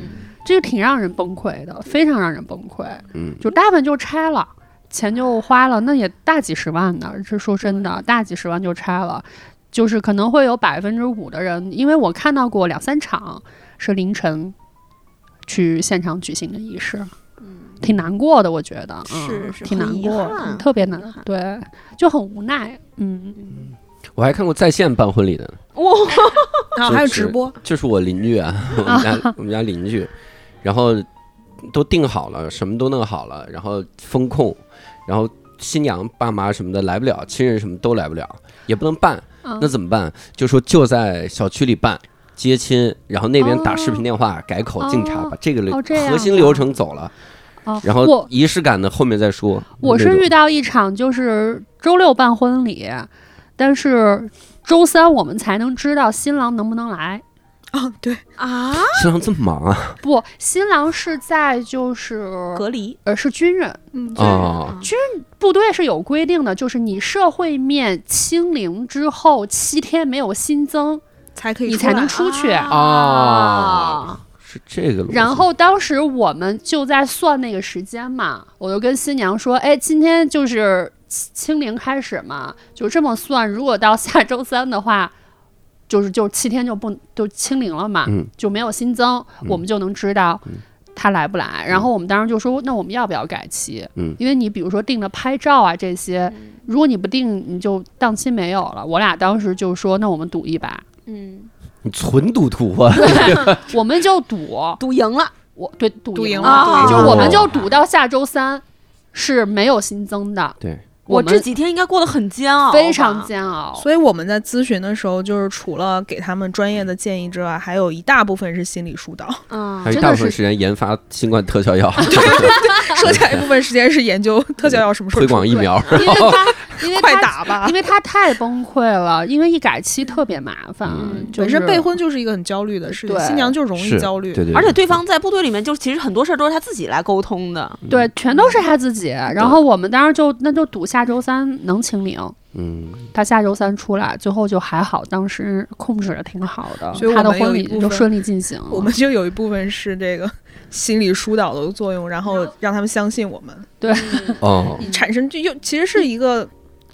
这个挺让人崩溃的，非常让人崩溃。
嗯，
就大部分就拆了，钱就花了，那也大几十万呢。这说真的，大几十万就拆了，就是可能会有百分之五的人，因为我看到过两三场是凌晨去现场举行的仪式，挺难过的，我觉得，嗯
嗯是是
挺
很
难
遗
过
憾
的，特别难
很遗憾，
对，就很无奈，嗯。
我还看过在线办婚礼的，
哇，
然后还有直 播，
就是我邻居 啊，我们家我们家邻居，然后都定好了，什么都弄好了，然后风控，然后新娘爸妈什么的来不了，亲人什么都来不了，也不能办，
嗯
那怎么办？就说就在小区里办。接亲，然后那边打视频
哦
电话，改口敬茶，
哦
把这个流
哦这样
核心
啊
流程走了，
哦
然
我
后仪式感的后面再说。
我
那
是
种
遇到一场就是周六办婚礼，但是周三我们才能知道新郎能不能来。
啊，对，
啊，
新郎这么忙啊
不，新郎是在就是
隔离
呃是军人
嗯，
啊、哦
部队是有规定的，就是你社会面清零之后七天没有新增，
才可以
你
出来啊
才能出去。
啊
啊
哦，是这个逻辑。
然后当时我们就在算那个时间嘛，我就跟新娘说，哎，今天就是清零开始嘛，就这么算，如果到下周三的话，就是就七天就不就清零了嘛，
嗯
就没有新增，我们就能知道。他来不来。然后我们当时就说，那我们要不要改期？
嗯
因为你比如说定了拍照啊这些，
嗯
如果你不定，你就档期没有了。我俩当时就说，那我们赌 一把，
嗯，
你纯赌徒啊！
我们就赌，
赌赢了，
我对赌
赌赢
赢
了，
啊
赌赢了
就是我们就赌到下周三是没有新增的，
对，
我
我这
们
几天应该过得很煎熬吧，
非常煎熬。
所以我们在咨询的时候，就是除了给他们专业的建议之外，还有一大部分是心理疏导，
啊
还有一
真的
大部分
是
时间研发新冠特效 药、
剩下一部分时间是研究特效药什么时候
推广疫苗。
因为 他，因为
快
他，
打吧
因。为他太崩溃了，因为一改期特别麻烦，
嗯
就是
本身备婚就是一个很焦虑的事情，
对
新娘 就容易
是
焦虑。
对对，
而且对方在部队里面，就是其实很多事儿都是他自己来沟通的，
嗯
嗯
对，全都是他自己。然后我们当时就那就赌下周三能清零，
嗯，
他下周三出来，最后就还好，当时控制的挺好的
所以，我
他的
们有
婚
一
礼
部
就
分
顺利进行了。
我们就有一部分是这个心理疏导的作用，然后让他们相信我们，
哦，
产生就又其实是一个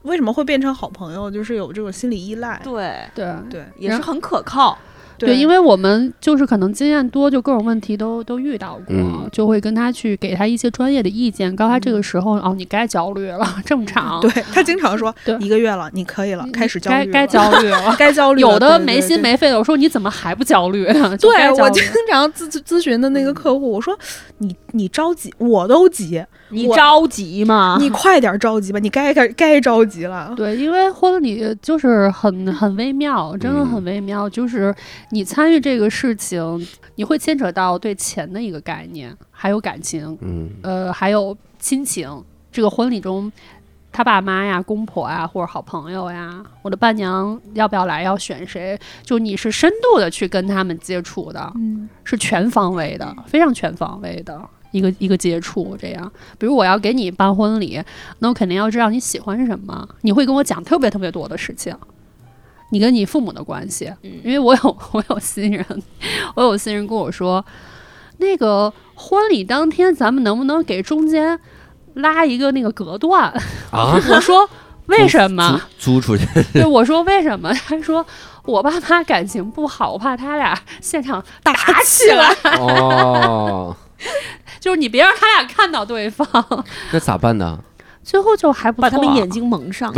为什么会变成好朋友，就是有这种心理依赖。
对，
对
对
也是很可靠。
对，因
为
为我们就是可能经验多，就各种问题都都遇到过，
嗯
就会跟他去给他一些专业的意见，告诉他这个时候、哦，你该焦虑了， 正常，
嗯对他经常说
对
一个月了，你可以了
你，
开始焦
该
虑，。
该焦，虑了
该 焦虑了。
有的
对
没心。
对对
没肺的，我说你怎么还不焦虑呢？就该
对
焦
我
虑
经常咨咨询的那个客户，我说你你着急，我都急，
啊
你
我
着急吗？
你快点着急吧，你该该该着急了。
对，因为婚礼就是很很微妙，真的很微妙。就是你参与这个事情，你会牵扯到对钱的一个概念，还有感情，
嗯，
呃，还有亲情。这个婚礼中，他爸妈呀、公婆呀，或者好朋友呀，我的伴娘要不要来，要选谁，就你是深度的去跟他们接触的，
嗯，
是全方位的，非常全方位的一个一个接触。这样，比如我要给你办婚礼，那我肯定要知道你喜欢什么，你会跟我讲特别特别多的事情。你跟你父母的关系，
嗯
因为我有我有新人，我有新人跟我说，那个婚礼当天咱们能不能给中间拉一个那个隔断？
啊，
我说为什么？
租出去，
对，我说为什么？他说我爸妈感情不好，我怕他俩现场打起来。
哦，
就是你别让他俩看到对方，
那咋办呢？
最后就还不错、
把他们眼睛蒙 上，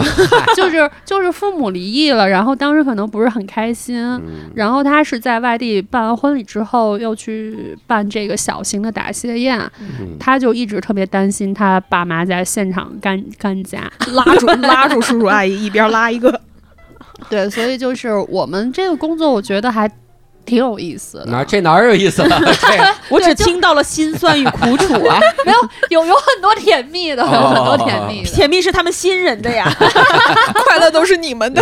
就是就是父母离异了，然后当时可能不是很开心，
嗯
然后他是在外地办完婚礼之后，又去办这个小型的答谢宴，
嗯
他就一直特别担心他爸妈在现场干干架，
拉 住拉住叔叔阿姨，一边拉一个。
对，所以就是我们这个工作，我觉得还挺有意思的，
哪这哪儿有意思了？ 这
我只听到了辛酸与苦楚 啊！
没有有有很多甜蜜的，有很多甜蜜的。
甜蜜是他们新人的呀，
快乐都是你们的。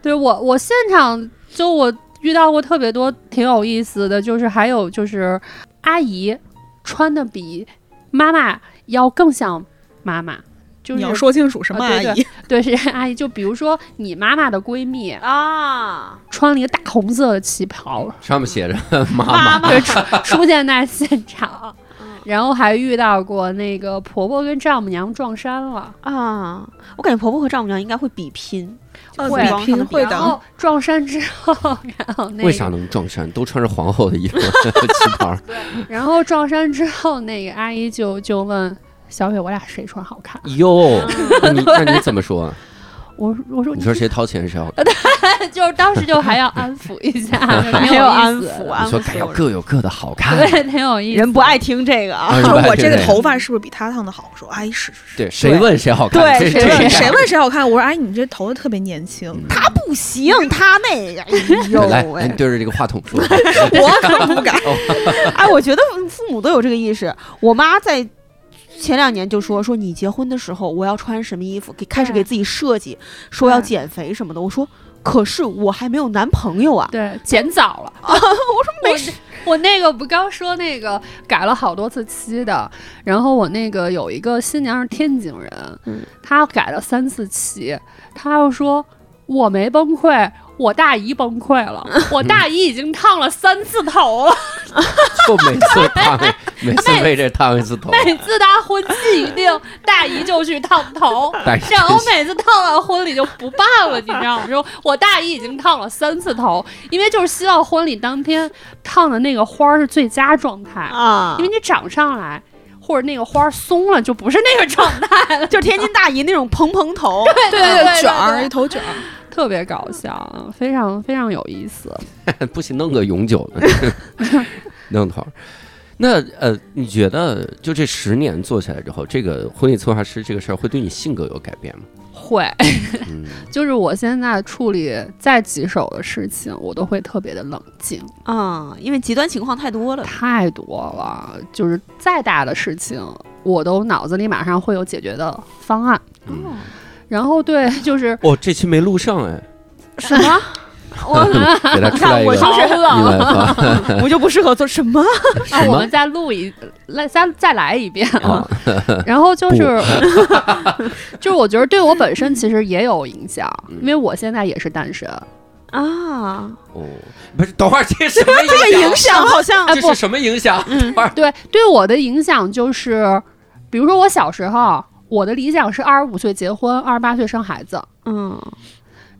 对我，我现场就我遇到过特别多挺有意思的，就是还有就是阿姨穿的比妈妈要更像妈妈， 就是
你要说清楚什么
啊
阿
对
姨？
对是阿姨，就比如说你妈妈的闺蜜
啊，
穿了一个大红色的旗 袍，
上面写着妈
妈妈
对出出现在现场，
嗯
然后还遇到过那个婆婆跟丈母娘撞衫了，
啊，我感觉婆婆和丈母娘应该会比拼，啊
呃
会
比拼会
然
的。
后撞衫之后，然后那个
为啥能撞衫？都穿着皇后的衣服 旗袍，
然后撞衫之后，那个阿姨就就问小雪，我俩谁穿好看？
哟，那你那你怎么说啊？
我我说
你说谁掏钱谁好 看？
就是当时就还要安抚 一下，
没
没
有
有
安
意思
抚，
你
安
说
抚
该要各有各的好看。
对，挺有意思。
人不爱听这个啊。
啊，
就是我这个
对
头发是不是比他烫的好？我说阿姨是是 是。
对，谁问谁好看？这
对谁
这
问
这
谁问谁好看？我说阿姨，你这头发特别年轻。
他不行，他那个，哎呦
对来，来
喂
你！对着这个话筒说，
我可不敢。
哎，我觉得父母都有这个意识。我妈在前两年就说说你结婚的时候我要穿什么衣服，给开始给自己设计，说要减肥什么的。我说。可是我还没有男朋友啊！
对，剪早了。 我说没事，我那个不刚说那个改了好多次期的，然后我那个有一个新娘是天津人，
嗯
她改了三次期，她又说。我没崩溃，我大姨崩溃 了，我大姨已经烫了三次头了，
就每次烫， 每次为这烫一次头，
每次她婚期一定，大姨就去烫头。
但是
然后每次烫完婚礼就不办了，你知道吗？说我大姨已经烫了三次头，因为就是希望婚礼当天烫的那个花儿是最佳状态，
啊
因为你长上来或者那个花儿松了就不是那个状态了，
就是天津大姨那种蓬蓬头，
对对
卷儿一头卷儿，
特别搞笑，非常非常有意思。
不行，弄个永久的，弄头儿。那呃，你觉得就这十年做下来之后，这个婚礼策划师这个事儿会对你性格有改变吗？
会，
嗯，
就是我现在处理再棘手的事情，我都会特别的冷静。
啊，因为极端情况太多了。
太多了，就是再大的事情，我都脑子里马上会有解决的方案。
嗯
然 后对，就是
哦，这期没录上哎，
什 么？我
给他
你
出来
看
一
我
个啊
就是
意外发
我就不适合做什么
啊
什，
我
么
们再录一来，再再来一遍。
啊？
然后就是， 就是我觉得对我本身其实也有影响，
嗯
因为我现在也是单身。
啊？
哦，不是，等会儿这什么影响？
响好像嗯
这是什么影响？等会儿
哎对，对我的影响就是，比如说我小时候，我的理想是二十五岁结婚，二十八岁生孩子。
嗯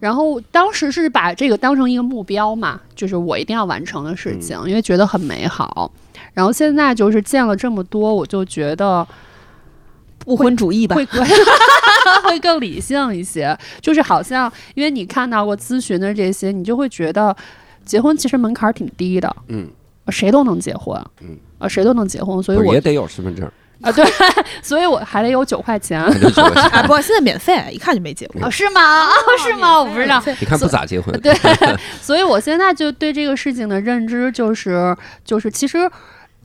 然后当时是把这个当成一个目标嘛，就是我一定要完成的事情，
嗯
因为觉得很美好。然后现在就是见了这么多，我就觉得
不婚主义吧，
会更会更 理性一些。就是好像因为你看到过咨询的这些，你就会觉得结婚其实门槛儿挺低的，
嗯，
谁都能结婚，
嗯，
啊，谁都能结婚。所以
不是
我
也得有身份证，
啊，对， 所以我还得有九块钱。
还得九块钱
啊，不，现在免费，一看就没结 过。
哦，是吗？啊， 是吗？我不知道。
你看不咋结婚，
对，所以我现在就对这个事情的认知就是，就是其实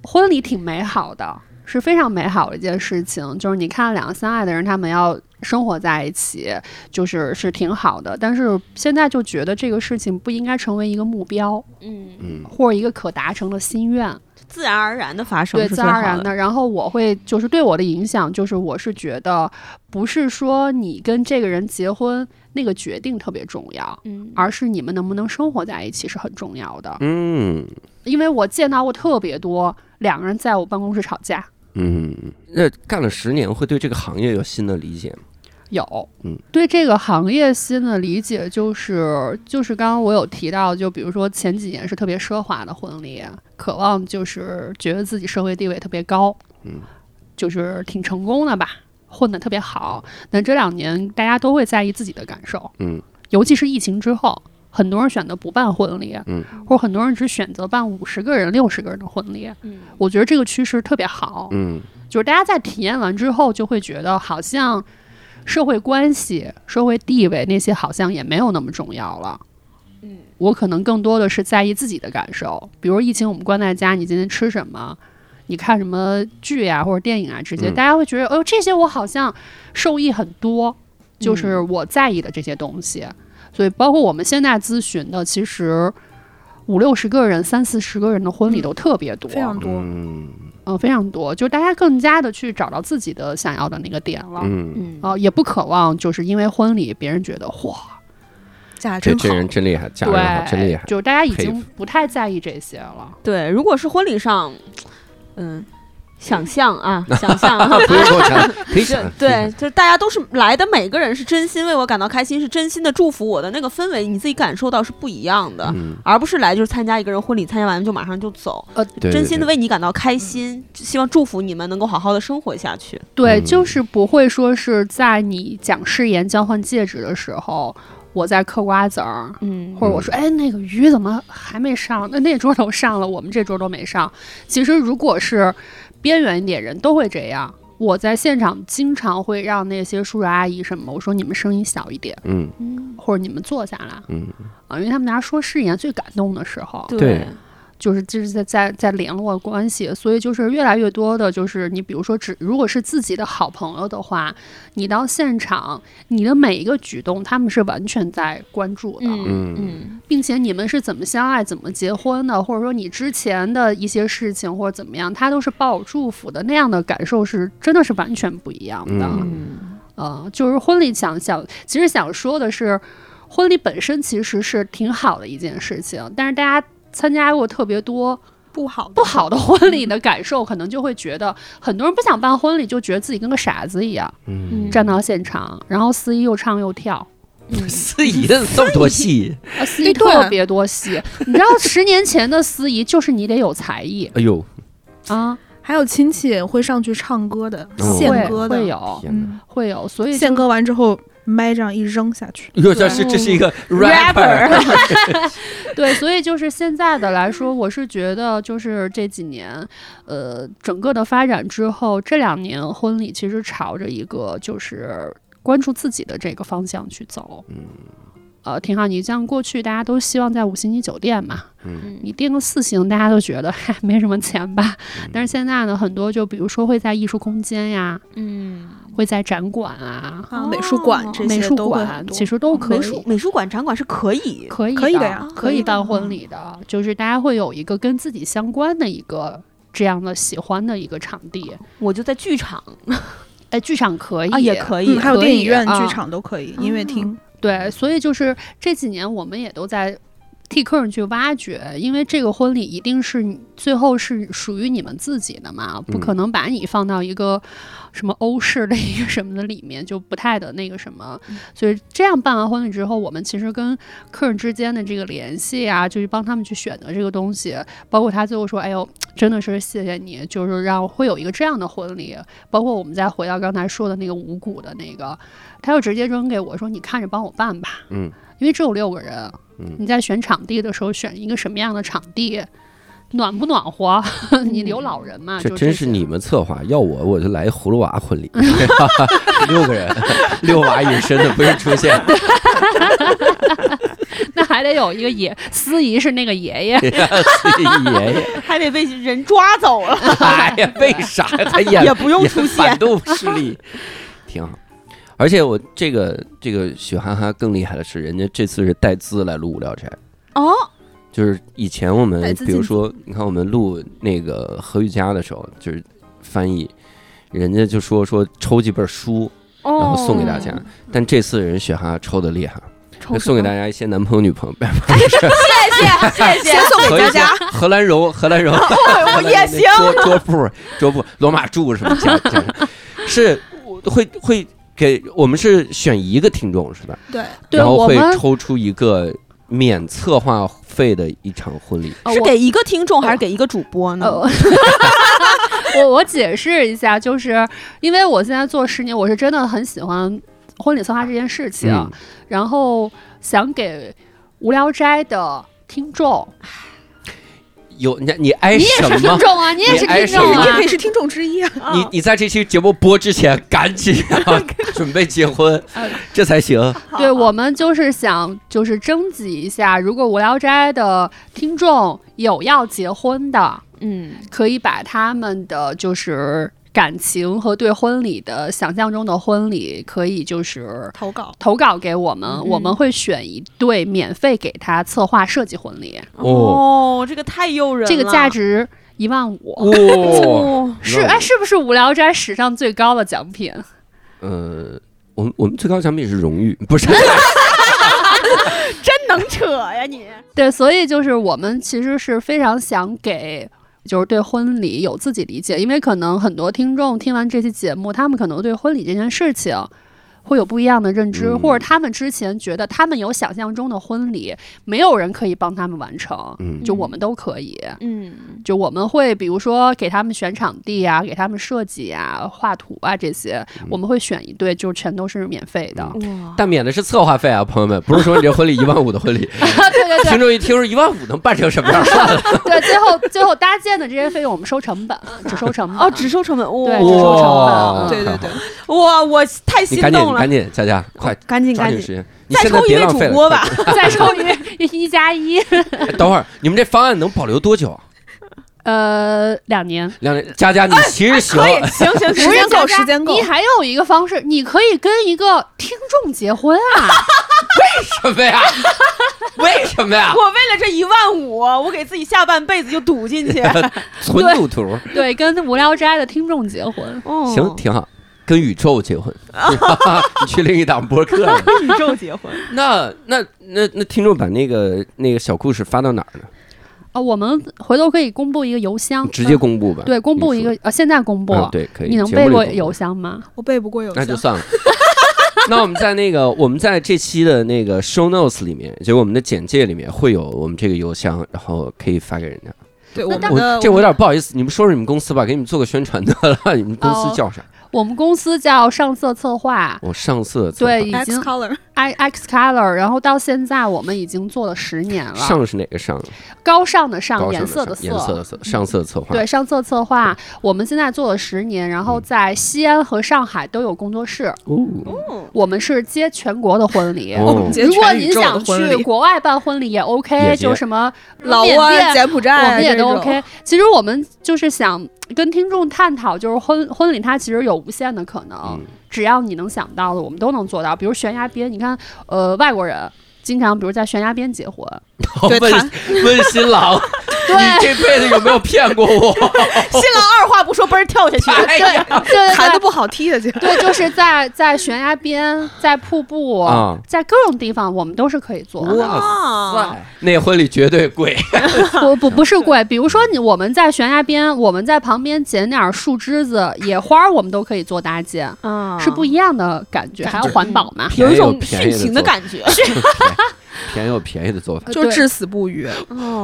婚礼挺美好的，是非常美好的一件事情。就是你看两个相爱的人，他们要生活在一起，就是是挺好的。但是现在就觉得这个事情不应该成为一个目标
嗯，
嗯，
或者一个可达成的心愿，
自然而然的发生
对，
是
自
最
然
好
而然的。然后我会就是对我的影响，就是我是觉得不是说你跟这个人结婚那个决定特别重要，
嗯
而是你们能不能生活在一起是很重要的。
嗯
因为我见到过特别多两个人在我办公室吵架，
嗯，那干了十年，会对这个行业有新的理解吗？
有，
嗯，
对这个行业新的理解就是，就是刚刚我有提到，就比如说前几年是特别奢华的婚礼，渴望就是觉得自己社会地位特别高，
嗯，
就是挺成功的吧，混得特别好。但这两年大家都会在意自己的感受，
嗯，
尤其是疫情之后。很多人选择不办婚礼，
嗯，
或者很多人只选择办五十个人、六十个人的婚礼，
嗯，
我觉得这个趋势特别好，
嗯
就是大家在体验完之后，就会觉得好像社会关系、社会地位那些好像也没有那么重要了。
嗯，
我可能更多的是在意自己的感受，比如疫情我们关在家，你今天吃什么？你看什么剧呀、或者电影啊之类，
嗯
大家会觉得，哦，这些我好像受益很多，
嗯
就是我在意的这些东西。所以，包括我们现在咨询的，其实五六十个人、三四十个人的婚礼都特别多，
嗯非常多，
嗯
嗯，非常多，就是大家更加的去找到自己的想要的那个点了。
嗯，
嗯
哦，也不渴望，就是因为婚礼，别人觉得哇，
价
这
啊真好
这，人真厉害，嫁人好
对，
真厉害，
就是大家已
佩
经不太在意这些了。
对，如果是婚礼上，嗯，想象啊， 想象啊。
不用给我讲，可以
是
讲，
对，就是大家都是来的，每个人是真心为我感到开心，是真心的祝福我的那个氛围，你自己感受到是不一样的，
嗯，
而不是来就是参加一个人婚礼，参加完就马上就走，
对，
真心的
对
为你感到开心，希望祝福你们能够好好的生活下去。
对，就
嗯
是不会说是在你讲誓言、交换戒指的时候，我在嗑瓜子儿，
嗯
或者我说，哎，那个鱼怎么还没上？那那桌都上了，我们这桌都没上。其实如果是边缘一点人都会这样。我在现场经常会让那些叔叔阿姨什么，我说你们声音小一点，
嗯
或者你们坐下来
嗯
啊，因为他们拿说誓言最感动的时候，
对
就是就是在在在联络关系，所以就是越来越多的，就是你比如说只如果是自己的好朋友的话，你到现场，你的每一个举动，他们是完全在关注的，
嗯
嗯
并且你们是怎么相爱、怎么结婚的，或者说你之前的一些事情或者怎么样，他都是抱有祝福的，那样的感受是真的是完全不一样的。
嗯
呃，就是婚礼想想，其实想说的是，婚礼本身其实是挺好的一件事情，但是大家参加过特别多
不好
不好的婚礼的感受，可能就会觉得很多人不想办婚礼，就觉得自己跟个傻子一样
嗯，
站到现场，然后司仪又唱又跳。
司仪的这么多戏，
啊，司仪
对对
特别多戏，你知道十年前的司仪就是你得有才艺
哎呦，
啊，
还有亲戚会上去唱歌的，
哦嗯
献
会
歌的
会，有
天
嗯
哪！
会有，所以
献歌完之后麦这样一扔下去，
哟，这是这是一个
rapper 嗯
rapper，
对，所以就是现在的来说，我是觉得就是这几年，呃，整个的发展之后，这两年婚礼其实朝着一个就是关注自己的这个方向去走。
嗯。
呃，挺好。你像过去大家都希望在五星级酒店嘛，
嗯
你订个四星，大家都觉得 嗨没什么钱吧。
嗯
但是现在呢，很多就比如说会在艺术空间呀，
嗯，
会在展馆啊、
啊美术馆这
美
些
术
都会
馆
很，多。
其实都可以。
美术美术馆展馆是可以，
可以
可以的嗯呀
可
可
以
以
办婚礼的，就是大家会有一个跟自己相关的一个这样的喜欢的一个场地。
我就在剧场
哎，剧场可以
啊也可以
嗯，，还有
可
电
以
影院、
啊嗯
剧场都可以，音乐厅。
对，所以就是这几年我们也都在替客人去挖掘，因为这个婚礼一定是你最后是属于你们自己的嘛，不可能把你放到一个什么欧式的一个什么的里面，就不太的那个什么。所以这样办完婚礼之后，我们其实跟客人之间的这个联系啊，就是帮他们去选择这个东西，包括他最后说：“哎呦，真的是谢谢你，就是让会有一个这样的婚礼。”包括我们再回到刚才说的那个五谷的那个，他又直接扔给我说：“你看着帮我办吧。”
嗯，
因为只有六个人，
嗯
你在选场地的时候选一个什么样的场地，暖不暖 和？
嗯
你留老人嘛，
这
就
真
这
是
些
你们策划，要我我就来一葫芦娃婚礼，六个人，六娃隐身的不用出现，
那还得有一个爷司仪是那个爷 爷，
爷爷，
还得被人抓走了。
哎呀，为啥他演
也不用出现
反动势力，挺好。而且我这个这个许涵涵更厉害的是，人家这次是带资来录无聊斋。
哦，
就是以前我们
带资
比如
进
说，你看我们录那个何玉佳的时候，就是翻译，人家就说说抽几本书，然后送给大
哦
家。但这次人许涵涵抽的厉害，
抽
送给大
家，
家一些男朋友、女朋友，
谢谢，
先送
何一佳、荷兰柔、荷兰柔，
哦
我
也行
桌桌布、桌布、罗马柱什么讲讲上，是我会会给我们是选一个听众是吧？
对，
对
然后
我
会
们
抽出一个免策划费的一场婚礼。
呃
是
我
给一个听众还是给一个主播呢？
呃， 我我解释一下，就是因为我现在做十年，我是真的很喜欢婚礼策划这件事情，
嗯
然后想给无聊斋的听众，
有你你挨
你也
哎什
是听
么？
众啊，你也是
你挨
听
什
众
么
你也
啊
可以，是听众之 一啊。
你你在这期节目播之前，赶紧啊，准备结婚
呃，
这才行。
对我们就是想就是征集一下，如果无聊斋的听众有要结婚的，
嗯，
可以把他们的就是感情和对婚礼的想象中的婚礼，可以就是
投稿
投稿给我们，
嗯
我们会选一对免费给他策划设计婚礼，
哦
哦，这个太诱人了，
这个价值一万五。
哇，
哦，
是哎，是不是无聊斋史上最高的奖品？
呃，我们我们最高奖品是荣誉，不 是。
真能扯呀你！
对，所以就是我们其实是非常想给，就是对婚礼有自己理解，因为可能很多听众听完这期节目，他们可能对婚礼这件事情会有不一样的认知，
嗯
或者他们之前觉得他们有想象中的婚礼，没有人可以帮他们完成，
嗯
就我们都可以。
嗯，
就我们会比如说给他们选场地啊，给他们设计啊、画图啊这些，
嗯
我们会选一对，就全都是免费的。
哇，
但免的是策划费啊，朋友们，不是说你这婚礼一万五的婚 礼。
对对对
听众一听说一万五能办成什么样，算了。
对，最后最后搭建的这些费用我们收成 本，只收成本。
哦，只收成本，哇
对只收成本嗯
对对对，
哇，我太
你
心
赶紧
动了，哦
赶紧，佳佳，快
赶紧
抓
赶
紧
紧，
时间，你
再
现在
抽一
别
位
浪
主
费
播
了。
吧，
再收一一加一，
等会儿你们这方案能保留多久啊？
呃，两年。
两人，佳佳，你其实行
哎可，以，行行
时
行，
间够，时间够
你。还有一个方式，你可以跟一个听众结婚 啊！
什么 呀？为什么 呀？
我为了这一万五，我给自己下半辈子就 赌进去。
存赌图，
对，跟无聊斋的听众结婚。
哦
行，挺好。跟宇宙结 婚，你去另一档播客了。
宇 宙结婚，
那那那那听众把那个那个小故事发到哪儿呢？
啊，我们回头可以公布一个邮箱嗯
你，直接公布吧。
对，公布一个呃，现在公布，
嗯，对，可以。
你能
节目
背
里
过
公布
邮箱吗？
我背不过有
那就
效
算了。 那我们在那个我们在这期的那个 show notes 里面，就我们的简介里面会有我们这个邮箱，然后可以发给人家。
对
那
我
大
们
我
的
这我有点不好意思，你们说说你们公司吧，给你们做个宣传 得了。你们公司
哦
叫啥？
我们公司叫上色策划，
我上色策划
对，已
X
经
color
i x color，然后到现在我们已经做了十年了，
上是哪个上？
高尚的上，
高尚
颜
的上
色的
颜色的色，上色策划。
对，上色策划，我们现在做了十年，然
嗯
后在西安和上海都有工作室。
嗯
哦，
嗯
我们接接全国的婚礼。
哦
我们 接
如果
全宇
您
宙
想
的婚
去
礼，
国外办婚礼也 OK，
也
就
接
什么
老挝
缅甸
啊、柬埔寨
我
啊
们也
这
都
种
OK。其实我们就是想跟听众探讨，就是婚婚礼它其实有无限的可能，
嗯
只要你能想到的，我们都能做到。比如悬崖边，你看，呃，外国人经常比如在悬崖边结婚，
对
问
他
问新郎，
对
你这辈子有没有骗过我？
新郎二话不说，嘣儿跳下去。
哎呀
对对
弹的
对
不好踢啊下去。
对，就是在在悬崖边，在瀑布，
啊！
在各种地方，我们都是可以做的。
哇塞，那婚礼绝对贵。
不不不是贵，比如说你我们在悬崖边，我们在旁边捡点儿树枝子、野花儿，我们都可以做搭建，
啊
是不一样的嗯感觉，还要环保嘛。
便
有
宜
一种
便宜
殉情
的
的
做
感觉。
法便宜有便宜的做法。
就
对
至死不渝，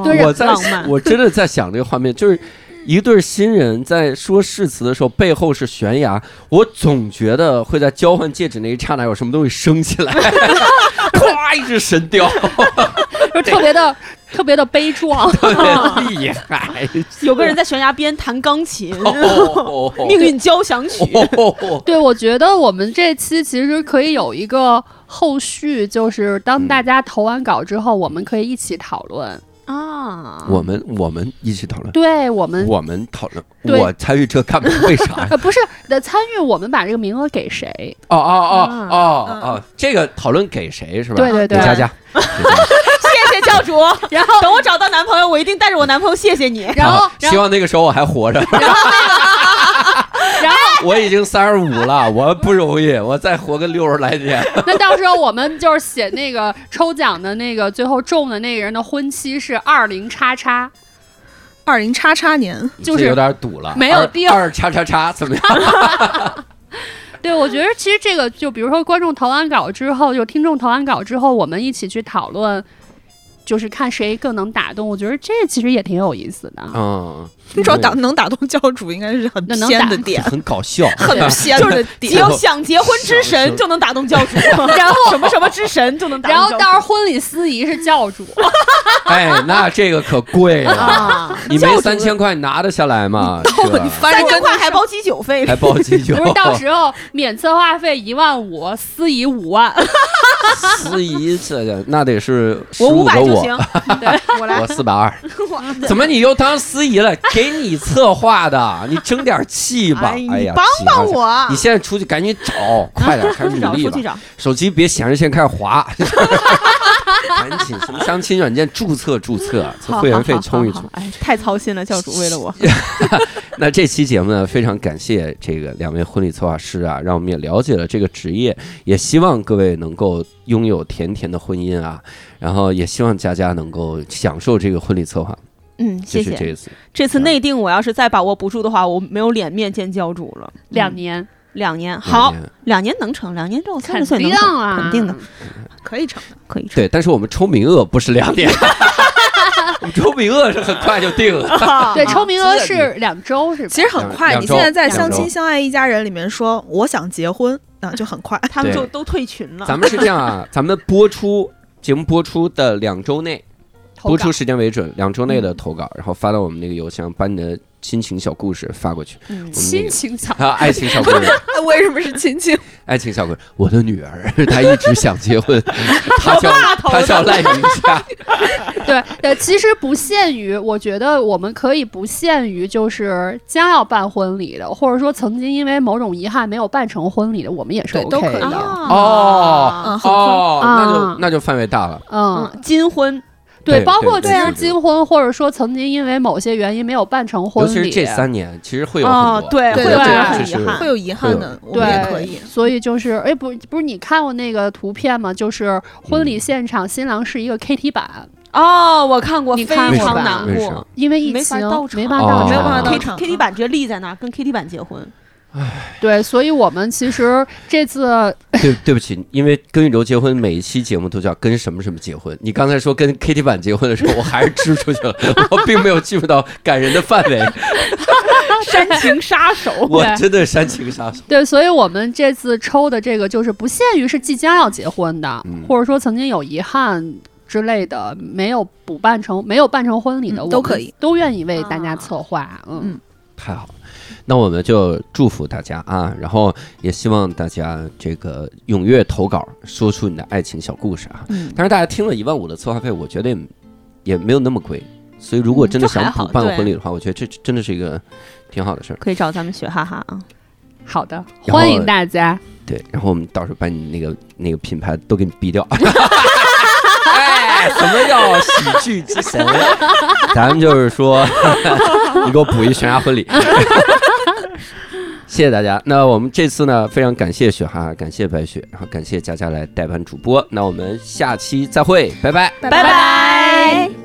对
我在
哦浪
想
漫
我真的在想这个画面，就是一对新人在说誓词的时候，背后是悬崖，我总觉得会在交换戒指那一刹那有什么东西升起来， 咵，一只神雕，
就特别的 特别的悲壮。
特别厉害，
有个人在悬崖边弹钢琴，
哦
命运交响曲。
哦
对，我觉得我们这期其实可以有一个后续，就是当大家投完稿之后，我们可以一起讨论。
啊
我们我们一起讨论，
对我们。
我们讨论，
对
我参与这干嘛？为啥 呀？
呃，不是的，参与我们把这个名额给谁？
哦哦哦哦哦，这个讨论给谁是吧？
对对对
给佳佳，给佳佳
谢谢教 主，
然后，
等我找到男朋友，我一定带着我男朋友谢谢你。
然后
好，
然
啊希
后，
望那个时候我还活 着。
然后
我已经三十五 了，我不容易，我再活个六十来年。
那到时候我们就是写那个抽奖的那个，最后中的那个人的婚期是二零叉叉，
二零叉叉年，
就是
这有点堵了，
没有
二
定
二叉叉叉怎 么样？
对，我觉得其实这个就比如说观众投完稿之后，就听众投完稿之后，我们一起去讨论，就是看谁更能打动。我觉得这其实也挺有意思的。
嗯，
你主要打能打动教主，应该是很
那能
偏
打
的点，
很搞笑。
很偏的
只
点。
有想结婚之神就能打动教主，然后什么什么之神就能打
然后
动
到时
教
候
主。
婚礼司仪是教主，
哎，那这个可贵了，
啊，
你没三千块拿得下来吗？
你
这
翻
三
着
千
跟
块还包鸡酒费，
还包机酒
不，是 到时候免策划费一万五，司仪五万。
司仪这个那得是十
我五
五
百
个
就
我
行，，我来
我四百 二。怎么你又当司仪了？给你策划的，你争点气吧！哎呀，帮帮我！你现在出去赶紧找，快 点，开始
去
努
找，
力
出
吧
去！找。
手机别显示线开始滑， 赶紧什么相亲软件注册注册，
好
会员费
好好
充一
好
充。
哎，太操心了，教主为了我。
那这期节目呢，非常感谢这个两位婚礼策划师啊，让我们也了解了这个职业，也希望各位能够拥有甜甜的婚姻啊，然后也希望佳佳能够享受这个婚礼策划，
嗯，
就
谢
是这
谢。
一次。
这次内定，我要是再把握不住的话，我没有脸面见教主了。
两年，
两年，好
两，年
两年能成，两年之后三
肯
十岁能
定
成，
啊，
肯定的，
可以成的，
可以成。
对，但是我们抽名额不是两 点，我们抽名额是很快就定 了。
对，抽名额
啊这
是两周，是吧？
其实很
两
快。
两
你
周
现在在《
两
相
周
亲相爱一家人》里面说我想结婚啊，就很快。
他们
对
就都退群了。
咱们是这样啊，咱们播出节目播出的两周内。
投
播
稿
出时间为准，两周内
嗯
的投稿，然后发到我们那个邮箱，把你的亲情小故事 发过去。
嗯
我们那
亲
个
情小
啊，爱情小故 事，
为什么是亲亲？
爱情小故事。我的女儿，她一直想 结婚，她叫
大头啊
她叫赖明 佳。
对，呃，其实不限于，我觉得我们可以不限于，就是将要办婚礼的，或者说曾经因为某种遗憾没有办成婚礼的，我们也是
对
OK
都可以
的。
啊
哦
嗯，很快。
哦，那
啊
就那就范围大了。
嗯，
嗯，金婚
对，
对
包括其
对
实
对
金婚或者说曾经因为某些原因没有办成婚
尤
礼，
其是这三年，其实会有
啊哦
很多，
对
对
会有这样
这
很遗
是
憾
会有遗憾的，我们也可
对
以，。
所以就是，哎，不，不是你看过那个图片吗？就是婚
嗯
礼现场，新郎是一个 KT 版，
哦，我看过，
你
非
看
过
常
吧
难
为
过
啥。
因为疫情
没法到场
没法到
哦
场，
没有办法到
K
场啊
K T 版直接立在那儿，跟 K T 版结婚。
对，所以我们其实这次
对，对不起，因为跟宇宙结婚每一期节目都叫跟什么什么结婚。你刚才说跟 KT 版结婚的时候，我还是支出去 了，我并没有进入到感人的范 围，
煽情杀手，
我真的煽情杀手。
对，所以我们这次抽的这个就是不限于是即将要结婚的，
嗯
或者说曾经有遗憾之类的，没有补办成没有办成婚礼的，
嗯
我
都
们
可以，
都愿意为大家
啊
策划。嗯
嗯，
太好了，那我们就祝福大家啊，然后也希望大家这个踊跃投稿，说出你的爱情小故事啊。
嗯，
但是大家听了一万五的策划费，我觉得也也没有那么贵，所以如果真的
嗯这还
想补
好
办
对
婚礼的话，我觉得这真的是一个挺好的事儿。
可以找咱们学哈哈啊。
好的，
然
欢
后
迎大家。
对，然后我们到时候把你那个那个品牌都给你逼掉。 哎，什么叫喜剧之神？ 咱们就是说， 你给我补一悬崖婚礼。 谢谢大家。那我们这次呢，非常感谢雪哈，感谢白雪，然后感谢佳佳来代班主播。那我们下期再会，拜拜。
拜拜。